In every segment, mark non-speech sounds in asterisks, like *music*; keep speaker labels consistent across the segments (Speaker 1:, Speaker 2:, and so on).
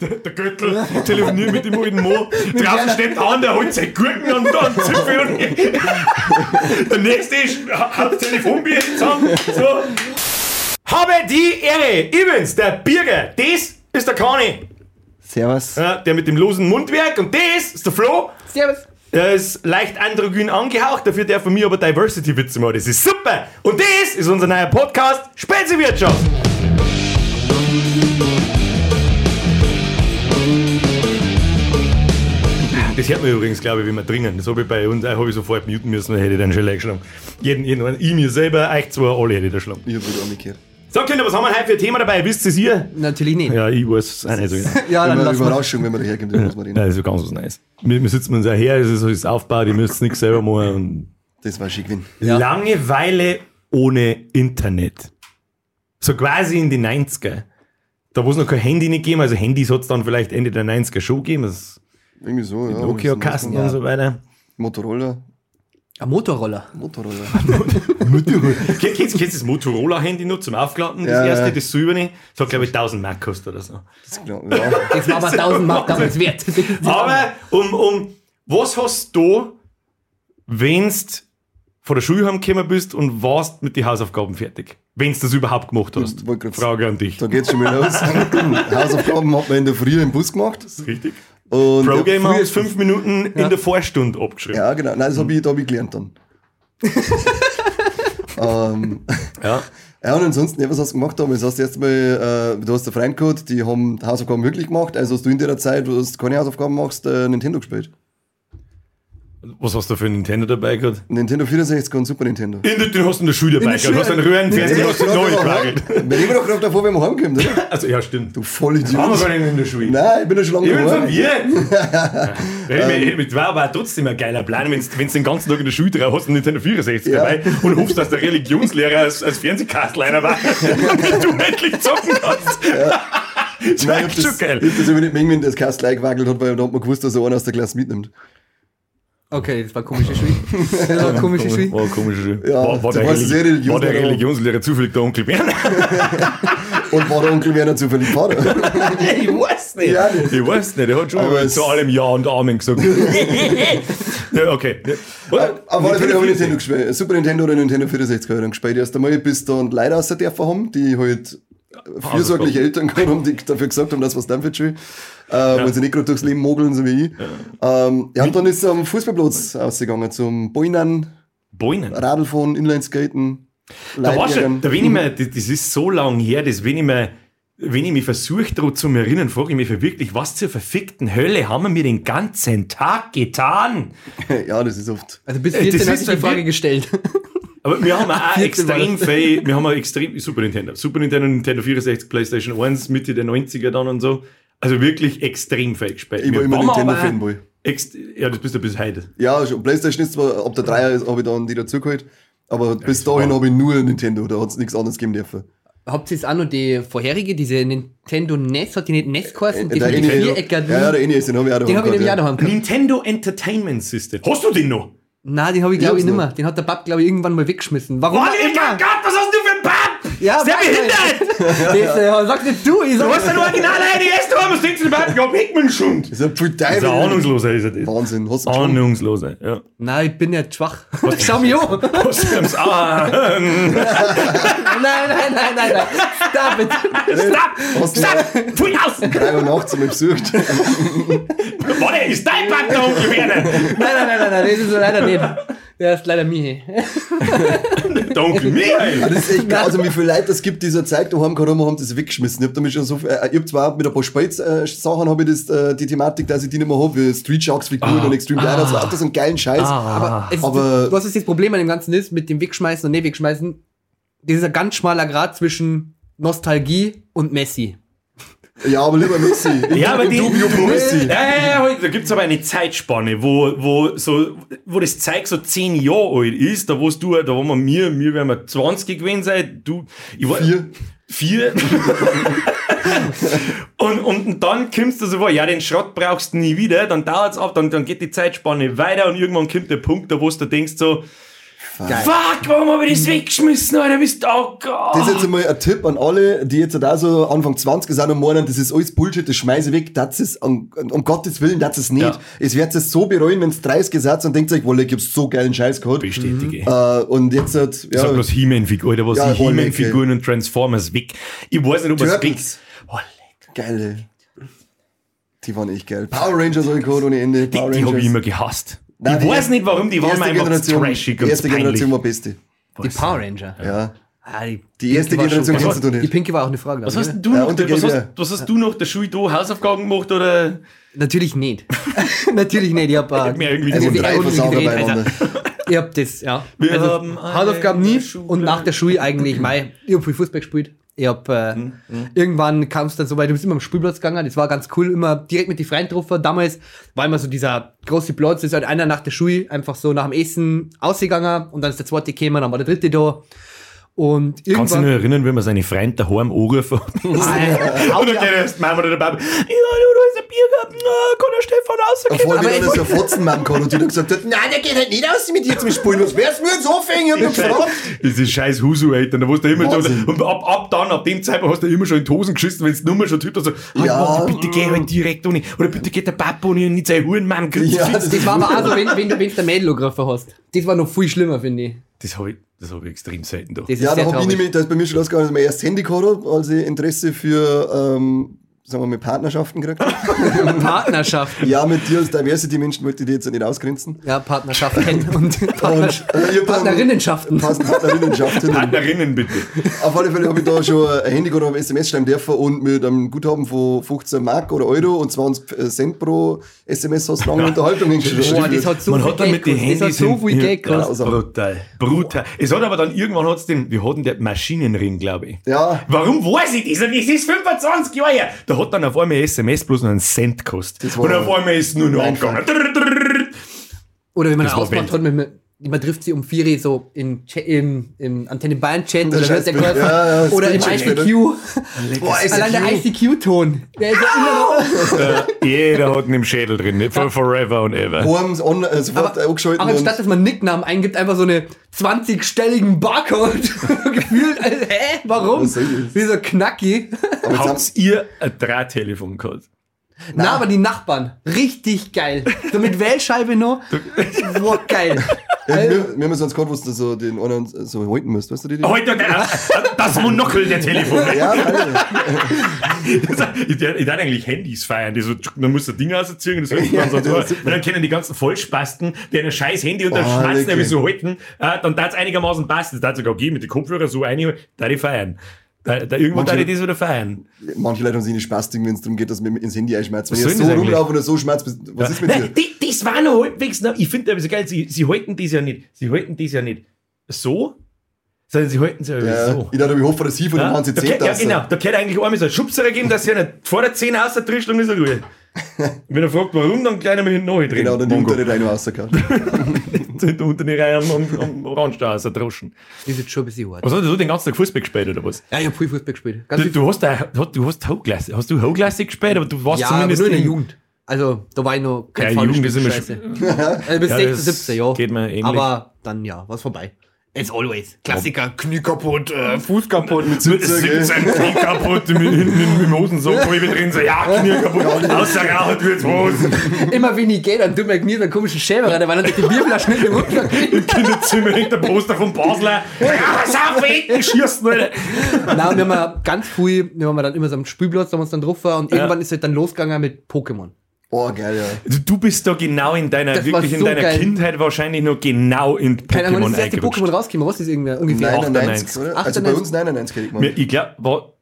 Speaker 1: Der, der Göttl telefoniert mit dem alten Mo. Draußen steht an, der holt seine Gurken und dann Zipfel. *laughs* und- Der nächste ist, hat das Telefonbier zusammen. So. Habe die Ehre. Übrigens, der Birger, das ist der Kani.
Speaker 2: Servus.
Speaker 1: Ja, der mit dem losen Mundwerk und das ist der Flo.
Speaker 3: Servus.
Speaker 1: Der ist leicht androgyn angehaucht, dafür der von mir aber Diversity-Witze machen. Das ist super. Und das ist unser neuer Podcast Spezewirtschaft. Das hört man übrigens, glaube ich, wenn wir dringen. Das habe ich bei uns, habe ich sofort muten müssen, dann hätte ich den schon geschlagen. Jeden, jeden, einen. ich mir selber, euch zwei, alle hätte ich da geschlagen.
Speaker 2: Ich hab wieder umgekehrt.
Speaker 1: So, Kinder, was haben wir heute für ein Thema dabei? Wisst ihr es ihr?
Speaker 3: Natürlich nicht.
Speaker 1: Ja, ich weiß es auch nicht so genau.
Speaker 3: Ja, Ah, dann
Speaker 2: Immer
Speaker 3: lass
Speaker 2: eine
Speaker 3: mal.
Speaker 2: Überraschung, wenn man daherkommt, dann muss man reden.
Speaker 1: Ja, das ist ganz was Neues. Wir, wir sitzen uns auch her, es ist so das Aufbau, die müssen nichts selber machen. Und
Speaker 2: Das war schick, wenn.
Speaker 3: Ja.
Speaker 1: Langeweile ohne Internet. So quasi in die 90er. Da wo es noch kein Handy nicht gegeben, also Handys hat es dann vielleicht Ende der 90er schon gegeben. Das
Speaker 2: Irgendwie so, ja.
Speaker 1: Nokia-Kasten
Speaker 2: Ja.
Speaker 1: und so weiter.
Speaker 2: Motorola.
Speaker 3: Ein Motorroller.
Speaker 2: Motorola.
Speaker 1: Kennst kennst du das Motorola-Handy noch zum Aufklappen? Das
Speaker 2: Ja,
Speaker 1: erste,
Speaker 2: ja.
Speaker 1: das silberne. Das hat, glaube ich, 1000 Mark gekostet oder so.
Speaker 2: Das glaub, ja.
Speaker 3: Das war aber 1000 Mark damals wert.
Speaker 1: *laughs* Aber um, um, was hast du, wennst von der Schule heimgekommen bist und warst mit den Hausaufgaben fertig? Wenn's das überhaupt gemacht hast?
Speaker 2: Ich wollte grad-
Speaker 1: Frage an dich.
Speaker 2: Da geht's schon mal los. Hausaufgaben hat man in der Früh im Bus gemacht.
Speaker 1: Richtig.
Speaker 2: Und
Speaker 1: Pro-Game
Speaker 2: ja,
Speaker 1: haben fünf Minuten in der Vorstunde abgeschrieben.
Speaker 2: ja, genau. Nein, das habe ich, da hab ich gelernt dann. ähm, *laughs*
Speaker 1: Ja.
Speaker 2: ja, und ansonsten, ja, was hast du gemacht damals? Hast du erstmal, äh, du hast einen Freund gehabt, die haben die Hausaufgaben wirklich gemacht. Also hast du in der Zeit, wo du keine Hausaufgaben machst, äh, Nintendo gespielt.
Speaker 1: Was hast du für ein Nintendo dabei gehabt?
Speaker 2: Nintendo 64 und Super Nintendo.
Speaker 1: In der, den hast du in der Schule dabei gehabt. Du hast einen Röhrenfernseher, hast du neu gewackelt.
Speaker 2: Wir reden doch gerade davor, wenn wir heimkommen, oder?
Speaker 1: Also, ja, stimmt.
Speaker 2: Du Vollidiot.
Speaker 1: Waren wir gar nicht in der Schule.
Speaker 2: Nein, ich bin ja schon lange
Speaker 1: Ich bin von
Speaker 2: daheim. *laughs*
Speaker 1: mir. Das war aber trotzdem ein geiler Plan, wenn du den ganzen Tag in der Schule drauf hast und Nintendo 64
Speaker 2: Ja.
Speaker 1: dabei und hoffst, dass der Religionslehrer als, als Fernsehkastliner
Speaker 2: *laughs*
Speaker 1: war, *laughs* damit du endlich zocken kannst. *laughs* Das war echt
Speaker 2: Nein, ich hab
Speaker 1: schon
Speaker 2: das,
Speaker 1: geil.
Speaker 2: ich hab das immer nicht mögen, wenn das Kast gleich gewackelt hat, weil da hat man gewusst, dass er einer aus der Klasse mitnimmt.
Speaker 3: Okay, das war komische Schule. Das war eine komische Schule.
Speaker 1: War komisch.
Speaker 2: Ja,
Speaker 1: war, war,
Speaker 2: da
Speaker 1: der
Speaker 2: warst du sehr
Speaker 1: Religi- war der
Speaker 2: Religionslehrer.
Speaker 1: Religionslehrer zufällig der Onkel Bernd?
Speaker 2: *laughs* Und war der Onkel Werner zufällig Vater.
Speaker 1: *laughs* ich weiß nicht.
Speaker 2: Ja, das-
Speaker 1: ich weiß nicht. Der hat schon
Speaker 2: Aber
Speaker 1: mal
Speaker 2: es-
Speaker 1: zu allem Ja und Amen
Speaker 2: *laughs*
Speaker 1: gesagt. ja, okay. Oder?
Speaker 2: Aber alle Fälle habe ich
Speaker 1: 64.
Speaker 2: Nintendo gespielt. Super Nintendo oder Nintendo 64 habe ich dann gespielt. Erst einmal, bis dann Leute aus der Dörfer haben, die halt
Speaker 1: Ah,
Speaker 2: fürsorgliche Eltern gehabt haben, die dafür gesagt haben, dass was dann für schön. Äh, Weil sie nicht gerade durchs Leben mogeln, so wie ich. Ja, ähm, ja und dann ist es am Fußballplatz ausgegangen zum Boinern,
Speaker 1: Boinen.
Speaker 2: Radlfahren, Inlineskaten,
Speaker 1: Da war schon,
Speaker 2: Leitjägern.
Speaker 1: da bin ich
Speaker 3: Mhm.
Speaker 1: mir, das das ist so lang her, dass wenn ich mir, wenn ich mich versuche, daran zu erinnern, frage ich mich wirklich, was zur verfickten Hölle haben wir mir den ganzen Tag getan?
Speaker 2: *laughs* Ja, das ist oft.
Speaker 3: Also bis
Speaker 1: Äh, das
Speaker 3: 14
Speaker 1: ist
Speaker 3: hast du die
Speaker 1: so
Speaker 3: Frage
Speaker 1: wild.
Speaker 3: gestellt. *laughs*
Speaker 1: Aber wir haben auch
Speaker 3: Vierte
Speaker 1: extrem
Speaker 3: war das.
Speaker 1: viel, wir haben auch extrem, Super Nintendo, Super Nintendo, Nintendo 64, Playstation 1, Mitte der 90er dann und so. Also wirklich extrem viel gespielt.
Speaker 2: Ich war
Speaker 1: Wir
Speaker 2: immer
Speaker 1: waren aber
Speaker 2: Nintendo-Fanboy.
Speaker 1: ext- Ja, das bist du bis heute.
Speaker 2: Ja, schon. Playstation ist zwar, ab der Dreier ist, habe ich dann die dazugeholt. Aber bis dahin habe ich nur Nintendo, da hat es nichts anderes geben dürfen.
Speaker 3: Habt ihr jetzt auch noch die vorherige, diese Nintendo NES? Hat die nicht NES geheißen?
Speaker 1: Äh,
Speaker 3: Die
Speaker 2: Der
Speaker 3: mit den
Speaker 2: NES
Speaker 3: Viereckern.
Speaker 2: ja, ja, der NES, den habe ich auch daheim
Speaker 3: Den habe ich
Speaker 2: gehabt,
Speaker 3: nämlich
Speaker 2: ja.
Speaker 3: auch daheim gehabt.
Speaker 1: Nintendo Entertainment System. Hast du den noch?
Speaker 3: Nein, den habe ich glaube ich
Speaker 2: hab's
Speaker 3: nicht mehr. Den hat der Papp glaube ich irgendwann mal weggeschmissen. Warum
Speaker 1: Oh,
Speaker 3: auch
Speaker 1: nee,
Speaker 3: immer?
Speaker 1: Gott, was hast du für ein Papp?
Speaker 3: Ja,
Speaker 1: Sehr
Speaker 3: weiß ich.
Speaker 1: behindert!
Speaker 3: Das, äh, sag nicht du, ich
Speaker 1: Du
Speaker 3: sag
Speaker 1: hast ein original NES, du hast denkst du überhaupt, ja, Hickman-Schund.
Speaker 2: Das ist ein Pult Teufel.
Speaker 1: Also ahnungsloser ist er das.
Speaker 2: Wahnsinn, hast du schon.
Speaker 1: Ahnungsloser, ja.
Speaker 3: Nein, ich bin ja schwach. Schau mich an.
Speaker 1: Postams, ah,
Speaker 3: Nein, nein, nein, nein, nein. Stop
Speaker 1: *laughs*
Speaker 3: it.
Speaker 1: stopp,
Speaker 2: Hast du
Speaker 1: stopp, tu ihn aus.
Speaker 2: drei Uhr nachts einmal besucht?
Speaker 1: Warte, ist dein Pack da unten gewesen?
Speaker 3: Nein, nein, nein, nein, nein, das ist leider nicht. Der ist leider mir.
Speaker 1: Dunkel Michael.
Speaker 2: Das ist
Speaker 1: *laughs*
Speaker 2: echt krass, also wie viele Leute es gibt dieser Zeit daheim gehabt haben, haben das weggeschmissen. Ich habe damit schon so viel, äh, ich hab zwar mit ein paar Spitz-Sachen habe ich das, äh, die Thematik, dass ich die nicht mehr habe, wie Street Sharks Figuren und Extreme Riders, ah, das ist ein geilen Scheiß.
Speaker 1: Ah.
Speaker 3: Aber, es,
Speaker 2: Aber-
Speaker 3: du hast jetzt das Problem an dem Ganzen ist, mit dem Wegschmeißen und nicht wegschmeißen, das ist ein ganz schmaler Grad zwischen Nostalgie und Messi.
Speaker 2: Ja, aber lieber Messi.
Speaker 1: *laughs* Ja, aber die,
Speaker 2: Dubio pro Messi.
Speaker 1: Ja, ja, ja, da gibt's aber eine Zeitspanne, wo, wo, so, wo das Zeug so 10 Jahre alt ist, da wo du, da wo wir mir, mir werden wir 20 gewesen sein, du, ich war,
Speaker 2: Vier.
Speaker 1: Vier. *laughs* und, und dann kommst du so vor, ja, den Schrott brauchst du nie wieder, dann dauert's ab, dann, dann geht die Zeitspanne weiter und irgendwann kommt der Punkt, da wo du denkst so,
Speaker 2: Geil.
Speaker 1: Fuck, warum habe ich das weggeschmissen, Alter? Bist du oh Gott.
Speaker 2: Das ist jetzt einmal ein Tipp an alle, die jetzt da so Anfang 20 sind und meinen, das ist alles Bullshit, das schmeiße ich weg, das ist, um, um Gottes Willen, das ist nicht.
Speaker 1: Ja.
Speaker 2: Es wird es so bereuen, wenn es 30 seid und denkt euch, wolle, ich hab's so geilen Scheiß gehabt.
Speaker 1: Bestätige.
Speaker 2: Äh, und jetzt hat,
Speaker 1: Ich sag
Speaker 2: ja,
Speaker 1: bloß He-Man-Figuren, da was
Speaker 2: Ja,
Speaker 1: sind He-Man-Figuren
Speaker 2: Hornecke.
Speaker 1: und Transformers weg. Ich weiß nicht, ob es weg
Speaker 2: Turtles. geile. Die waren echt geil. Power Rangers habe ich gehabt ohne Ende.
Speaker 1: Die,
Speaker 2: Power
Speaker 1: die habe ich immer
Speaker 2: Rangers.
Speaker 1: gehasst.
Speaker 2: Nein,
Speaker 1: ich
Speaker 2: die
Speaker 1: weiß
Speaker 2: erste-
Speaker 1: nicht warum, die
Speaker 2: Die
Speaker 1: waren mir
Speaker 2: erste
Speaker 1: einfach
Speaker 2: Generation,
Speaker 1: trashig
Speaker 2: die
Speaker 1: und
Speaker 2: erste
Speaker 1: peinlich.
Speaker 2: Generation war beste.
Speaker 3: Die Power Ranger.
Speaker 2: Ja.
Speaker 3: Ah, die,
Speaker 2: Die erste
Speaker 3: Pinky war
Speaker 2: Generation
Speaker 3: schon-
Speaker 2: kennst du
Speaker 3: Die
Speaker 2: nicht.
Speaker 3: Pinky war auch eine Frage.
Speaker 1: Was
Speaker 3: glaube ich,
Speaker 1: hast denn
Speaker 3: ne?
Speaker 1: du
Speaker 2: Ja,
Speaker 1: noch,
Speaker 2: und die
Speaker 1: was hast,
Speaker 2: Gelbe.
Speaker 1: was hast du noch der Schule da Hausaufgaben gemacht oder?
Speaker 3: Natürlich
Speaker 2: *laughs*
Speaker 3: nicht. *laughs* Natürlich nicht. Ich hab, äh,
Speaker 1: hab mir irgendwie
Speaker 2: Also
Speaker 1: Also
Speaker 3: ich
Speaker 1: die
Speaker 2: drei
Speaker 3: hab
Speaker 2: Versauer
Speaker 3: irgendwie geredet.
Speaker 2: beieinander.
Speaker 3: Ich hab das, ja. Also,
Speaker 1: Wir haben alle
Speaker 3: Hausaufgaben nie
Speaker 1: Schule.
Speaker 3: und nach der Schule eigentlich, mei, ich hab viel Fußball gespielt. Ich hab, äh, irgendwann kam es dann so weit, du bist immer am Spielplatz gegangen, das war ganz cool, immer direkt mit den Freien getroffen. Damals war immer so dieser große Platz, ist halt einer nach der Schule einfach so nach dem Essen ausgegangen und dann ist der zweite gekommen, dann war der dritte da.
Speaker 1: Kannst du
Speaker 3: Und
Speaker 1: dich
Speaker 3: irgendwann.
Speaker 1: noch erinnern, wenn wir seine Freunde daheim angerufen *laughs*
Speaker 2: *laughs*
Speaker 1: haben?
Speaker 3: Nein,
Speaker 1: Und dann geht erst Mama oder der Papa, ja, du, da ist ein Biergarten, äh, kann der Stefan
Speaker 2: Vor
Speaker 1: rauskommen?
Speaker 2: allem, wenn er so fotzen machen kann und die dann gesagt hat, nein, der geht halt nicht aus mit dir zum Spielen. Was wär's mir jetzt anfangen? Ich hab mich gefragt.
Speaker 1: Das ist scheiß Husu, Alter. Da warst du immer
Speaker 2: Wahnsinn.
Speaker 1: schon, und ab, ab dann, ab dem Zeitpunkt hast du immer schon in die Hosen geschissen, wenn es nur mal schon Typ da so, ah,
Speaker 2: Ja.
Speaker 1: warte, bitte geh halt direkt ohne, oder bitte geht der Papa ohne und nicht sein Hurenmann.
Speaker 2: *laughs* Ja, das
Speaker 3: Das
Speaker 2: ist
Speaker 3: war aber auch so, wenn, wenn du wenn's der Mädel angegriffen hast. Das war noch viel schlimmer, finde ich.
Speaker 1: Das habe ich, das hab ich extrem selten da.
Speaker 3: Das ist
Speaker 2: Ja,
Speaker 3: sehr
Speaker 2: da hab ich
Speaker 3: traurig.
Speaker 2: nämlich, da ist bei mir schon losgegangen, dass ich mein erstes Handy gehabt hab, als ich Interesse für, ähm, sagen wir mal, Partnerschaften gekriegt hab. *laughs*
Speaker 3: Partnerschaft.
Speaker 2: Ja, mit dir als Diversity-Menschen wollte ich dich jetzt nicht ausgrenzen.
Speaker 3: Ja, Partnerschaft kennen und Partners
Speaker 2: Und, äh, ihr
Speaker 3: Partnerinnenschaften.
Speaker 2: Passen
Speaker 3: *laughs*
Speaker 2: Partnerinnenschaften.
Speaker 1: Partnerinnen bitte.
Speaker 2: Auf alle Fälle habe ich da schon ein Handy oder ein SMS schreiben dürfen und mit einem Guthaben von 15 Mark oder Euro und 20 Cent pro SMS hast du lange Unterhaltungen geschrieben.
Speaker 3: Boah, das hat so
Speaker 1: Man
Speaker 3: viel
Speaker 1: hat dann mit den
Speaker 3: gekostet.
Speaker 1: Handys.
Speaker 3: Das hat so viel
Speaker 1: hin-
Speaker 3: Geld
Speaker 1: Ja,
Speaker 2: gekostet.
Speaker 3: gekostet.
Speaker 1: brutal. Brutal. Es hat aber dann irgendwann hat's den, wir hatten den Maschinenring, glaube ich.
Speaker 2: Ja.
Speaker 1: Warum weiß ich das? nicht? Das ist 25 Jahre her. Da hat dann auf einmal ein SMS bloß noch einen Cent gekostet.
Speaker 2: Das war-
Speaker 1: Und auf einmal ist es nur noch
Speaker 2: Nein,
Speaker 1: angegangen. Drrr, drrr.
Speaker 3: Oder wenn man
Speaker 1: Das
Speaker 3: einen
Speaker 1: war
Speaker 3: Ausband
Speaker 1: wild.
Speaker 3: hat, mit, man trifft sie um vier so im, Chat- im, im Antenne Bayern Chat oder,
Speaker 2: Scheiß
Speaker 3: hört der
Speaker 2: Bild.
Speaker 3: Körper,
Speaker 2: Ja, ja,
Speaker 3: oder im
Speaker 2: Screenshot,
Speaker 3: ICQ. Boah,
Speaker 2: ICQ.
Speaker 3: Allein der ICQ-Ton. Der ist ja immer noch.
Speaker 2: *laughs*
Speaker 1: Äh, Jeder hat ihn im Schädel drin. ne? For forever and ever.
Speaker 2: Haben sie on, äh, sofort
Speaker 3: Aber,
Speaker 2: angeschaltet
Speaker 3: aber anstatt, dass man Nicknamen eingibt, einfach so eine 20-stelligen Barcode *laughs* gefühlt. Also, hä? Warum?
Speaker 2: Was soll das?
Speaker 3: Wie so knacki.
Speaker 2: und, aber jetzt
Speaker 1: Habt ihr ein Drahttelefon gehabt?
Speaker 3: Na, aber die Nachbarn. Richtig geil. So mit Wählscheibe noch. Boah, geil.
Speaker 2: haben, ja, wir, wir haben sonst gehabt, wo du so den anderen so halten musst, weißt du die? die?
Speaker 1: Heute der, äh, das Monokel der Telefone.
Speaker 2: Ja, Alter.
Speaker 1: *laughs* Ich darf eigentlich Handys feiern. Die so, tschuck, man muss so Dinge rausziehen und das hört man
Speaker 2: Ja,
Speaker 1: so.
Speaker 2: das ist
Speaker 1: Und dann können die ganzen Vollspasten, die ein scheiß Handy unter
Speaker 2: Oh,
Speaker 1: oh, Schwanz
Speaker 2: wirklich.
Speaker 1: nämlich so halten, äh, dann darf es einigermaßen passen. Das darf sogar gehen mit den Kopfhörern so einnehmen, da die feiern. Da, da irgendwann
Speaker 2: Manche-
Speaker 1: darf ich das wieder feiern.
Speaker 2: Manche Leute haben sich nicht spastigen, wenn es darum geht, dass man ins Handy einschmerzt. Wenn
Speaker 1: Was
Speaker 2: ihr
Speaker 1: soll
Speaker 2: so
Speaker 1: das eigentlich?
Speaker 2: rumlaufen oder so schmerzt, bist- was
Speaker 1: *laughs*
Speaker 2: ist mit dir?
Speaker 1: Nein, die, das war noch halbwegs. Noch, ich finde das so geil. Sie, sie halten das ja nicht. Sie halten das ja nicht so, sondern sie halten es ja,
Speaker 2: Ja,
Speaker 1: so.
Speaker 2: Ich dachte, ich hoffe, dass sie von dem Hans
Speaker 1: da
Speaker 2: jetzt
Speaker 1: gehört- ja,
Speaker 2: das.
Speaker 1: genau. Da gehört eigentlich einmal so ein Schubser geben, dass sie einen vor der Zähne aus der Trischlung ist er ruhig.
Speaker 3: *laughs*
Speaker 1: Wenn er fragt, warum, dann kleiner mit hinten neu drehen.
Speaker 2: Genau, dann die
Speaker 1: Mongo.
Speaker 2: untere Reine rausgehauen.
Speaker 1: *laughs* Sind unter die Reihe am, am, am Randstau aus der Droschen.
Speaker 3: Das ist jetzt schon ein bisschen hart.
Speaker 1: Was hast du den ganzen Tag Fußball gespielt oder was?
Speaker 3: Ja, ich hab viel Fußball gespielt. Ganz
Speaker 1: Du,
Speaker 3: viel
Speaker 1: du hast da, du hast Haugklasse, hast du Haugklasse gespielt, aber du warst
Speaker 3: ja, aber
Speaker 1: zumindest
Speaker 3: nur in der Jugend. Also, da war ich noch
Speaker 1: Ja,
Speaker 3: kein ja,
Speaker 1: Jugend ist immer
Speaker 3: Scheiße. *laughs* also bis
Speaker 1: Ja,
Speaker 3: 16,
Speaker 1: das
Speaker 3: 17, ja.
Speaker 1: geht mir ähnlich.
Speaker 3: Aber dann, ja, war's vorbei. *laughs* As always. Klassiker, Knie kaputt, äh, Fuß kaputt.
Speaker 1: Mit 17
Speaker 3: *laughs*
Speaker 1: Knie kaputt, mit hinten mit dem Hosensock, wo ich wieder drin so, ja, Knie kaputt, außer Rauch wird's
Speaker 3: *laughs*
Speaker 1: Hosen.
Speaker 3: Immer wenn ich gehe, dann tut mir Knie so einen komischen Schäber rein, weil dann die Bierflaschen in den Mund
Speaker 1: *laughs*
Speaker 3: kriegt.
Speaker 1: Kinderzimmer hinter dem Poster vom Basler. Ja, was auf, Ecken schießen, Alter.
Speaker 3: Na, und wir haben ja ganz früh, wir haben ja dann immer so am Spielplatz, da haben wir uns dann drauf war und irgendwann ist halt dann losgegangen mit Pokémon.
Speaker 2: Boah, geil, ja.
Speaker 1: Du, Also du bist da genau in deiner,
Speaker 3: Das war
Speaker 1: wirklich in
Speaker 3: so
Speaker 1: deiner
Speaker 3: geil.
Speaker 1: Kindheit wahrscheinlich noch genau in
Speaker 3: Keine Ahnung,
Speaker 1: Pokémon
Speaker 3: wann ist das erste
Speaker 1: eingerutscht.
Speaker 3: Pokémon rausgekommen? Was ist irgendwer? Ungefähr.
Speaker 2: 99, oder? Also bei
Speaker 3: 98.
Speaker 2: uns 99 hätte ich
Speaker 1: Mir-
Speaker 2: gemacht.
Speaker 1: Ich glaube,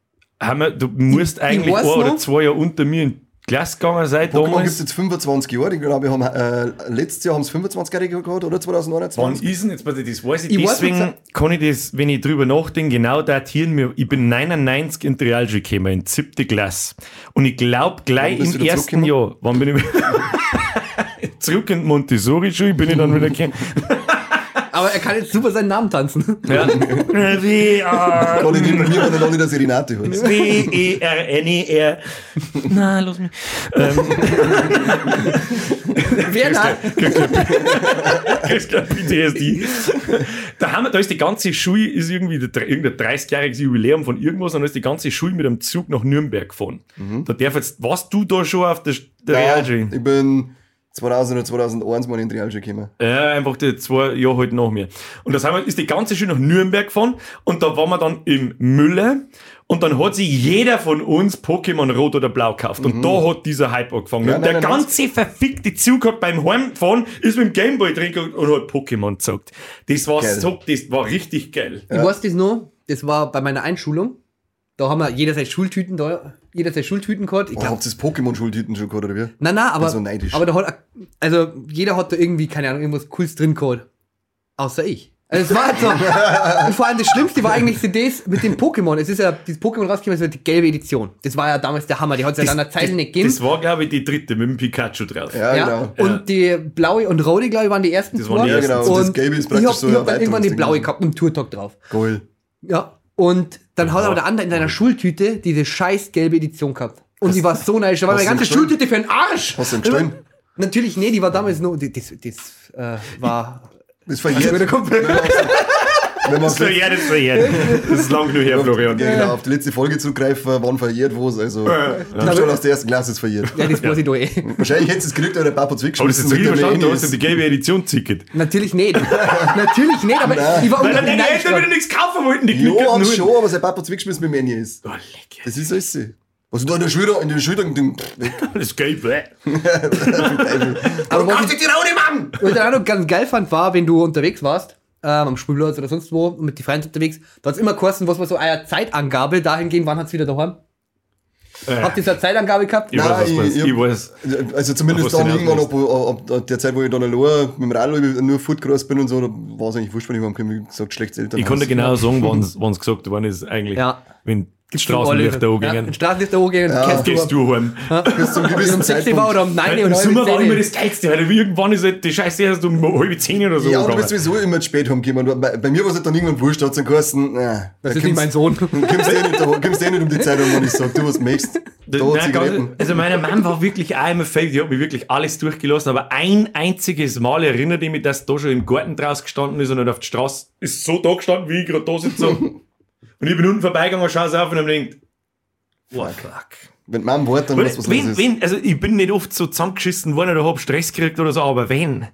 Speaker 1: du musst eigentlich ein
Speaker 3: weiß
Speaker 1: oder
Speaker 3: noch-
Speaker 1: zwei Jahre unter mir in die Klasse gegangen sein
Speaker 2: Pokémon gibt es
Speaker 1: damals.
Speaker 2: jetzt 25 Jahre. Ich glaube, wir haben äh, letztes Jahr haben es 25-Jährige gehabt, oder?
Speaker 1: Wann
Speaker 2: 2021?
Speaker 1: ist denn jetzt, warte, das weiß ich,
Speaker 3: Ich weiß
Speaker 1: deswegen
Speaker 3: nicht.
Speaker 1: kann ich das, wenn ich drüber nachdenke, genau datieren. Mir- Ich bin 99 in die Realschule gekommen, in die siebte Klasse. Und ich glaube, gleich
Speaker 2: bist
Speaker 1: im
Speaker 2: du da
Speaker 1: ersten Jahr, wann *laughs* bin ich zurück in die Montessori-Schule, bin ich dann wieder gekommen.
Speaker 3: aber er kann jetzt super seinen Namen tanzen.
Speaker 1: *laughs* Ja. W A
Speaker 2: Alle die bei mir waren alle, dass ich Renate heißt.
Speaker 1: B E R N E R. Na, los mit. Ähm,
Speaker 3: Wer da?
Speaker 1: Ich glaub, PTSD. Da, haben, wir- da ist die ganze Schule, ist irgendwie der, dr- irgendein 30-jähriges Jubiläum von irgendwas, und da ist die ganze Schule mit einem Zug nach Nürnberg gefahren. Da darf jetzt, warst du da schon auf der, der Realschule?
Speaker 2: Ich bin 2000 oder 2001 mal in die Realschule gekommen.
Speaker 1: Ja, einfach die zwei Jahre halt nach mir. Und da sind wir, ist die ganze Schule nach Nürnberg gefahren und da waren wir dann im Müller und dann hat sich jeder von uns Pokémon Rot oder Blau gekauft. Und da hat dieser Hype angefangen.
Speaker 2: Mhm. Ja,
Speaker 1: und der
Speaker 2: nein, nein,
Speaker 1: ganze verfickte Zug hat beim Heimfahren, ist mit dem Gameboy drin gegangen und hat Pokémon gezockt. Das war
Speaker 2: Geil.
Speaker 1: so, das war richtig geil.
Speaker 3: Ich weiß das nur, das war bei meiner Einschulung. Da haben wir jeder seine Schultüten da, jeder seine Schultüten gehabt. Ich
Speaker 2: Boah,
Speaker 3: glaub,
Speaker 2: habt ihr das Pokémon-Schultüten schon gehabt, oder wie?
Speaker 3: Na, na, aber,
Speaker 2: so neidisch.
Speaker 3: aber da hat, also jeder hat da irgendwie, keine Ahnung, irgendwas Cooles drin gehabt. Außer ich. Also es war
Speaker 2: *laughs*
Speaker 3: halt so. Und vor allem das Schlimmste war eigentlich CDs mit dem Pokémon. Es ist ja, dieses Pokémon rausgekommen, es war die gelbe Edition. Das war ja damals der Hammer. Die hat es ja dann eine Zeit nicht gegeben.
Speaker 1: Das war, glaube ich, die dritte mit dem Pikachu drauf.
Speaker 2: Ja,
Speaker 3: ja,
Speaker 2: genau.
Speaker 3: Und die blaue und rote, glaube ich, waren die ersten.
Speaker 1: Das waren die
Speaker 3: zwei.
Speaker 1: ersten. Ja,
Speaker 2: genau. Und das
Speaker 3: Und
Speaker 2: Gelbe ist
Speaker 3: ich
Speaker 2: praktisch
Speaker 3: hab,
Speaker 2: so
Speaker 3: ich
Speaker 2: ein
Speaker 3: hab dann irgendwann die
Speaker 2: Erweiterungsding.
Speaker 3: blaue gehabt mit dem Tourtalk drauf.
Speaker 2: Geil.
Speaker 3: Ja. Und dann
Speaker 1: Genau.
Speaker 3: hat aber der andere in seiner Schultüte diese scheiß gelbe Edition gehabt. Und die war so neidisch. Da war
Speaker 2: hast
Speaker 3: meine
Speaker 2: du
Speaker 3: ganze
Speaker 2: ihn gestohlen?
Speaker 3: Schultüte für einen Arsch.
Speaker 2: Hast du ihn gestohlen?
Speaker 3: Natürlich, nee, die war damals nur. die- Das, das äh, war.
Speaker 2: Das ist
Speaker 1: Also,
Speaker 2: verjährt.
Speaker 3: Wieder komplett.
Speaker 2: Wenn man auf,
Speaker 1: Das ist
Speaker 2: die-
Speaker 1: verjährt, das ist verjährt. Das ist lang genug her, Florian.
Speaker 2: genau, auf die letzte Folge zugreifen, wann verjährt was. Also, ich glaub schon aus der ersten Klasse ist verjährt.
Speaker 3: Ja, das weiß ich doch eh.
Speaker 2: Wahrscheinlich hättest du es gekriegt, aber der Papa zwickt
Speaker 1: Aber das ist jetzt richtig verstanden, du hast ja die gelbe Edition-Ticket.
Speaker 3: Natürlich nicht.
Speaker 1: *laughs*
Speaker 3: Natürlich nicht, aber ich war
Speaker 1: Weil dann
Speaker 3: unglaublich
Speaker 1: hätte
Speaker 3: neidisch.
Speaker 1: ich wieder
Speaker 3: drauf.
Speaker 1: nichts kaufen wollten, die
Speaker 2: Ja,
Speaker 1: Knicker
Speaker 2: haben
Speaker 1: nur-
Speaker 2: schon, aber sein Papa zwickschmissen mit dem Ende ist.
Speaker 1: Oh, lecker.
Speaker 2: Das ist so ist sie. Was da in der Schulter, in der Schulter, den, weg.
Speaker 1: Das geht bäh.
Speaker 3: Aber was ich,
Speaker 1: dich die Raune, Mann!
Speaker 3: was ich dann auch noch ganz geil fand, war, wenn du unterwegs warst, ähm, am Spielplatz oder sonst wo, und mit den Freunden unterwegs, da hat es immer Kosten, was war so eine Zeitangabe dahingehend, wann hat es wieder daheim? Habt ihr so eine Zeitangabe gehabt?
Speaker 1: Äh. Ich weiß, was
Speaker 2: Nein,
Speaker 1: meinst.
Speaker 2: ich-
Speaker 1: Ich weiß.
Speaker 2: Also
Speaker 1: Ach, was
Speaker 2: zumindest dann
Speaker 1: denn
Speaker 2: irgendwann,
Speaker 1: auch
Speaker 2: ab, ab, ab der Zeit, wo ich dann allein mit dem Radl nur fortgerast bin und so, da war es eigentlich wurscht, wenn ich heimkomme. Wie gesagt, schlechtes Elternhaus.
Speaker 1: Ich konnte genau sagen, wann es gesagt worden ist, eigentlich.
Speaker 3: Ja.
Speaker 1: Wenn die Straßenlichter
Speaker 3: Ja,
Speaker 1: angingen,
Speaker 3: die Straßenlichter hochgehen, ja. kennst
Speaker 1: gehst
Speaker 3: du.
Speaker 1: du heim.
Speaker 2: Bis zum
Speaker 3: Ob es um
Speaker 2: gewissen
Speaker 3: 16 war
Speaker 2: Zeitpunkt.
Speaker 3: oder um 9
Speaker 1: Im
Speaker 3: oder halb
Speaker 1: Sommer war immer
Speaker 3: 10.
Speaker 1: das Geilste, weil irgendwann ist halt die Scheiße erst um halbe zehn oder so.
Speaker 2: Ja, du
Speaker 1: gegangen.
Speaker 2: bist sowieso immer zu spät heimgekommen. Bei, bei mir war es halt dann irgendwann wurscht, da hat es dann geheißen, na,
Speaker 3: Das ist nicht mein Sohn.
Speaker 2: Kommst eh nicht, da- kommst eh nicht um die Zeit, um, wenn ich sag, du was möchtest. Da
Speaker 1: Das-
Speaker 2: hat
Speaker 1: nein,
Speaker 2: Zigaretten.
Speaker 1: ganz- also meine Mom war wirklich auch immer fake, die hat mich wirklich alles durchgelassen, aber ein einziges Mal erinnert ich mich, dass da schon im Garten draus gestanden ist und nicht auf der Straße ist so da gestanden, wie ich gerade da
Speaker 2: *laughs*
Speaker 1: sitze. und ich bin unten vorbeigegangen, schaue es auf und hab mir gedacht, oh fuck.
Speaker 2: Wenn man Wort, dann weißt du, was los
Speaker 1: Wenn,
Speaker 2: ist.
Speaker 1: wenn, also ich bin nicht oft so zusammengeschissen worden oder hab Stress gekriegt oder so, aber wenn.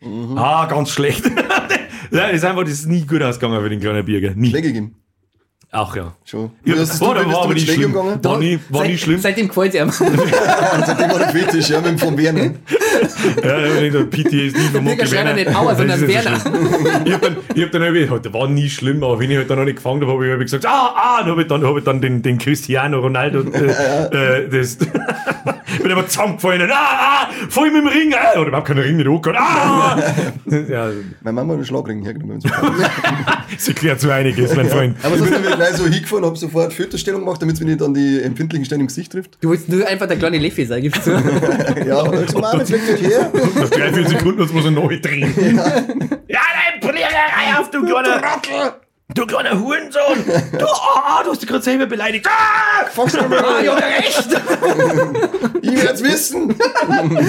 Speaker 2: Mhm.
Speaker 1: Ah, ganz schlecht. *laughs* Nein, ist einfach, das ist nie gut ausgegangen für den kleinen Bürger. Nie.
Speaker 2: Schläge geben.
Speaker 1: Ach ja.
Speaker 2: Schon.
Speaker 1: Ja,
Speaker 2: Wie hast
Speaker 1: das
Speaker 2: du-
Speaker 1: war,
Speaker 2: bist
Speaker 1: da
Speaker 2: du
Speaker 1: war aber
Speaker 2: mit
Speaker 1: nicht
Speaker 2: Schlägen
Speaker 1: schlimm. *laughs*
Speaker 2: umgegangen?
Speaker 1: War nie, war nie schlimm.
Speaker 3: Seitdem gefällt es ihm.
Speaker 2: Seitdem war der Fetisch, ja, mit dem vom Werner.
Speaker 1: Ja, da hab ich gedacht,
Speaker 3: *laughs*
Speaker 1: PTSD vom
Speaker 3: Digga,
Speaker 1: Mucki
Speaker 3: schreibt
Speaker 1: Werner.
Speaker 3: er nicht Auer,
Speaker 1: Das
Speaker 3: sondern
Speaker 1: ist nicht so
Speaker 3: Werner.
Speaker 1: schlimm. Ich hab dann, ich hab dann irgendwie, halt, war nie schlimm, aber wenn ich halt dann noch nicht gefangen habe, habe ich, hab ich gesagt, ah, ah, und habe ich dann, hab ich dann den, den Cristiano Ronaldo,
Speaker 3: *laughs*
Speaker 1: äh, äh, das, *laughs* bin aber zusammengefallen, und, ah, ah, vor ihm im Ring, ah, oder überhaupt keinen Ring mit hochgehauen,
Speaker 3: *laughs*
Speaker 1: ah, ja,
Speaker 2: Meine Mama hat einen Schlagring hergenommen.
Speaker 1: *laughs* sie klärt so einiges, mein Freund. *laughs*
Speaker 2: ich bin nämlich gleich so hingefahren, hab sofort Fütterstellung gemacht, damit es mir nicht an die empfindlichen Stellen im
Speaker 1: *laughs*
Speaker 2: Gesicht trifft.
Speaker 3: Du willst nur einfach der kleine Leffi sein, Ah, gibst du.
Speaker 2: Ja, und dann gesagt, Mama, jetzt weg mit her.
Speaker 1: Nach drei, vier Sekunden muss man so neu drehen. Ja, nein, Poliererei auf, du kleiner Rottel! Du kleiner Hurensohn! Du, ah, du hast dich gerade selber beleidigt. Ah!
Speaker 2: Fuck's mir mal.
Speaker 3: Ah, ja, recht!
Speaker 2: Ich werd's wissen.
Speaker 1: Oh,